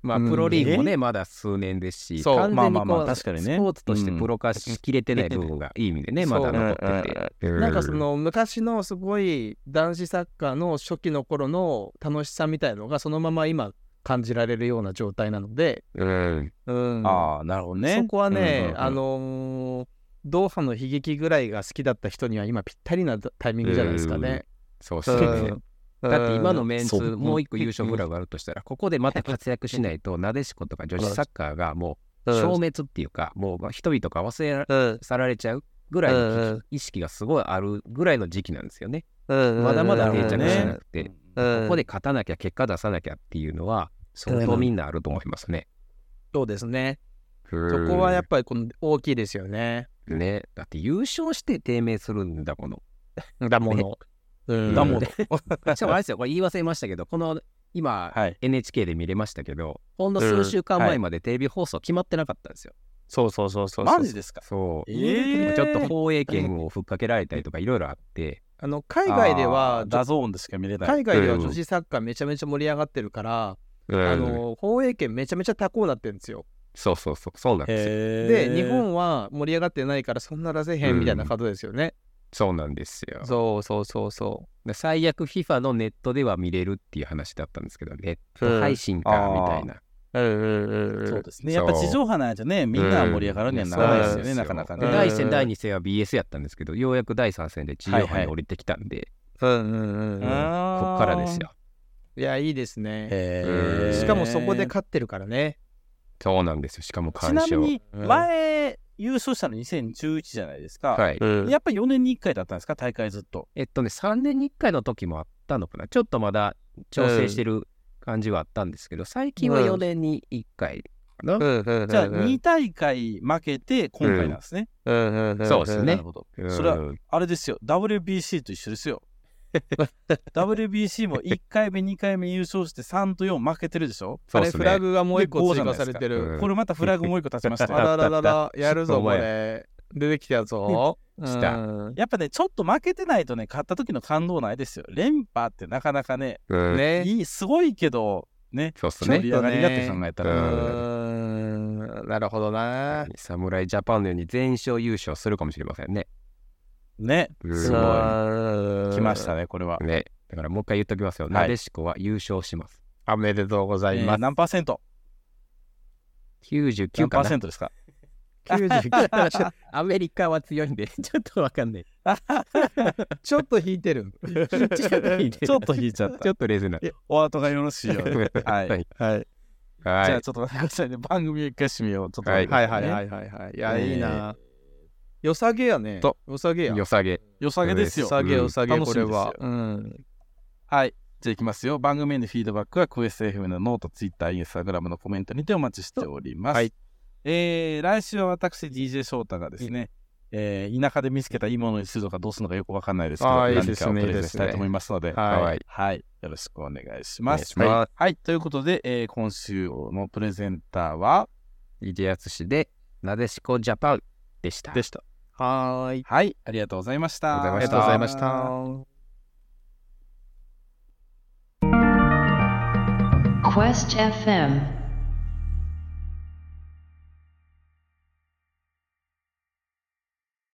Speaker 4: まあプロリーグもね、まだ数年ですし完全にこうスポーツとしてプロ化しきれてない部分がいい意味でね、まだ残ってて、
Speaker 3: なんかその昔のすごい男子サッカーの初期の頃の楽しさみたいのがそのまま今感じられるような状態なので、
Speaker 4: うん、
Speaker 3: うん、
Speaker 2: ああなるほどね
Speaker 3: そこはね、あのー、ドーハの悲劇ぐらいが好きだった人には今ぴったりなタイミングじゃないですかね。
Speaker 4: そうですね。だって今のメンツもう一個優勝フラグがあるとしたらここでまた活躍しないとなでしことか女子サッカーがもう消滅っていうかもう人々が忘れ去られちゃうぐらいの意識がすごいあるぐらいの時期なんですよね。まだまだ定着しなくて、ここで勝たなきゃ結果出さなきゃっていうのは相当みんなあると思いますね。
Speaker 3: そうですね。そこはやっぱりこの大きいですよね。
Speaker 4: ね。だって優勝して低迷するんだもの。
Speaker 3: だ もの。
Speaker 4: だもの。 しかもあれですよ、これ言い忘れましたけど、この今、NHK で見れましたけど、ほんの数週間前までテレビ放送決まってなかったんですよ。
Speaker 3: そうそうそうそう。
Speaker 2: マジですか
Speaker 4: そう。えー、ちょっと放映権をふっかけられたりとかいろいろあって。
Speaker 3: あの海外では
Speaker 2: ダゾーンでしか見れない
Speaker 3: 海外では女子サッカーめちゃめちゃ盛り上がってるから、あの放映権めちゃめちゃ高うなってるんですよ。
Speaker 4: そうそうそう、そうなんですよ。
Speaker 3: で、日本は盛り上がってないからそんならせへんみたいなことですよね。
Speaker 4: そうなんですよ。。
Speaker 3: そうそうそうそう
Speaker 4: 最悪 FIFA のネットでは見れるっていう話だったんですけど、ネット配信かみたいな。
Speaker 2: そうですね。やっぱ地上波なんじゃね、みんな盛り上がるにはならないですよね、なかなかね。
Speaker 4: 第1戦、第2戦は BS やったんですけど、ようやく第3戦で地上波に降りてきたんで、こっからですよ。
Speaker 3: いや、いいですね。しかもそこで勝ってるからね。
Speaker 4: そうなんですよ。しかも
Speaker 2: ちなみに、前、優勝したの2011じゃないですか。はい。やっぱり4年に1回だったんですか、大会ずっと。
Speaker 4: えっとね、3年に1回の時もあったのかな。ちょっとまだ調整してる感じはあったんですけど、最近は4年に1回
Speaker 2: じ
Speaker 4: かな。
Speaker 2: ゃあ、2大会負けて、今回なんですね。
Speaker 4: そうですね。な
Speaker 2: るほど。それは、あれですよ。WBC と一緒 ですよ。WBC も1回目、2回目優勝して3と4負けてるでしょ
Speaker 3: あれフラグがもう1個追加されてる。
Speaker 2: これまたフラグもう1個立ちました。
Speaker 3: あらららら、やるぞこれ。出てきたやつを。
Speaker 4: した。
Speaker 2: やっぱね、ちょっと負けてないとね、勝った時の感動ないですよ。連覇ってなかなかね、ねいいすごいけど、ね、
Speaker 4: そうっすね。
Speaker 2: 盛り上がりだって考えた
Speaker 3: ら。なるほどな。
Speaker 4: 侍ジャパンのように全勝優勝するかもしれませんね。
Speaker 2: ね、すごい。来ましたね、これは。
Speaker 4: ね、だからもう一回言っときますよ。なでしこは優勝します。
Speaker 3: おめでとうございます。
Speaker 2: 何パーセント
Speaker 4: ?99
Speaker 2: パーセントですか。
Speaker 4: 99アメリカは強いんで、 ちょっとわか んない。
Speaker 3: ちょっと引いてる。
Speaker 2: ちょっと引いちゃった。
Speaker 4: ちょっと冷静な。
Speaker 2: お後がよろしいよ。はい。 はい。じゃあちょっと待ってくださいね。番組一回締めよう。ちょっと。
Speaker 3: はいはいはいはいはい。いや、いいな。よさげやね。よさげや。
Speaker 4: よさげ。
Speaker 2: よさげですよ。
Speaker 3: よさげよさげ、これは。
Speaker 2: はい。じゃあいきますよ。番組へのフィードバックは、クエス FM のノート、ツイッター、インスタグラムのコメントにてお待ちしております。はい。えー、来週は私、DJ 翔太がですね、えー、田舎で見つけたいいものにするのかどうするのかよくわかんないですけど、何かをプレゼンしたいと思いますので、はい。はい。よろしくお願いします。はい。ということで、えー、今週のプレゼンターは、
Speaker 4: DJ 淳で、なでしこジャパンでした。
Speaker 3: でした。はい。
Speaker 2: はい、ありがとうございました。
Speaker 3: ありがとうございました。
Speaker 1: Quest FM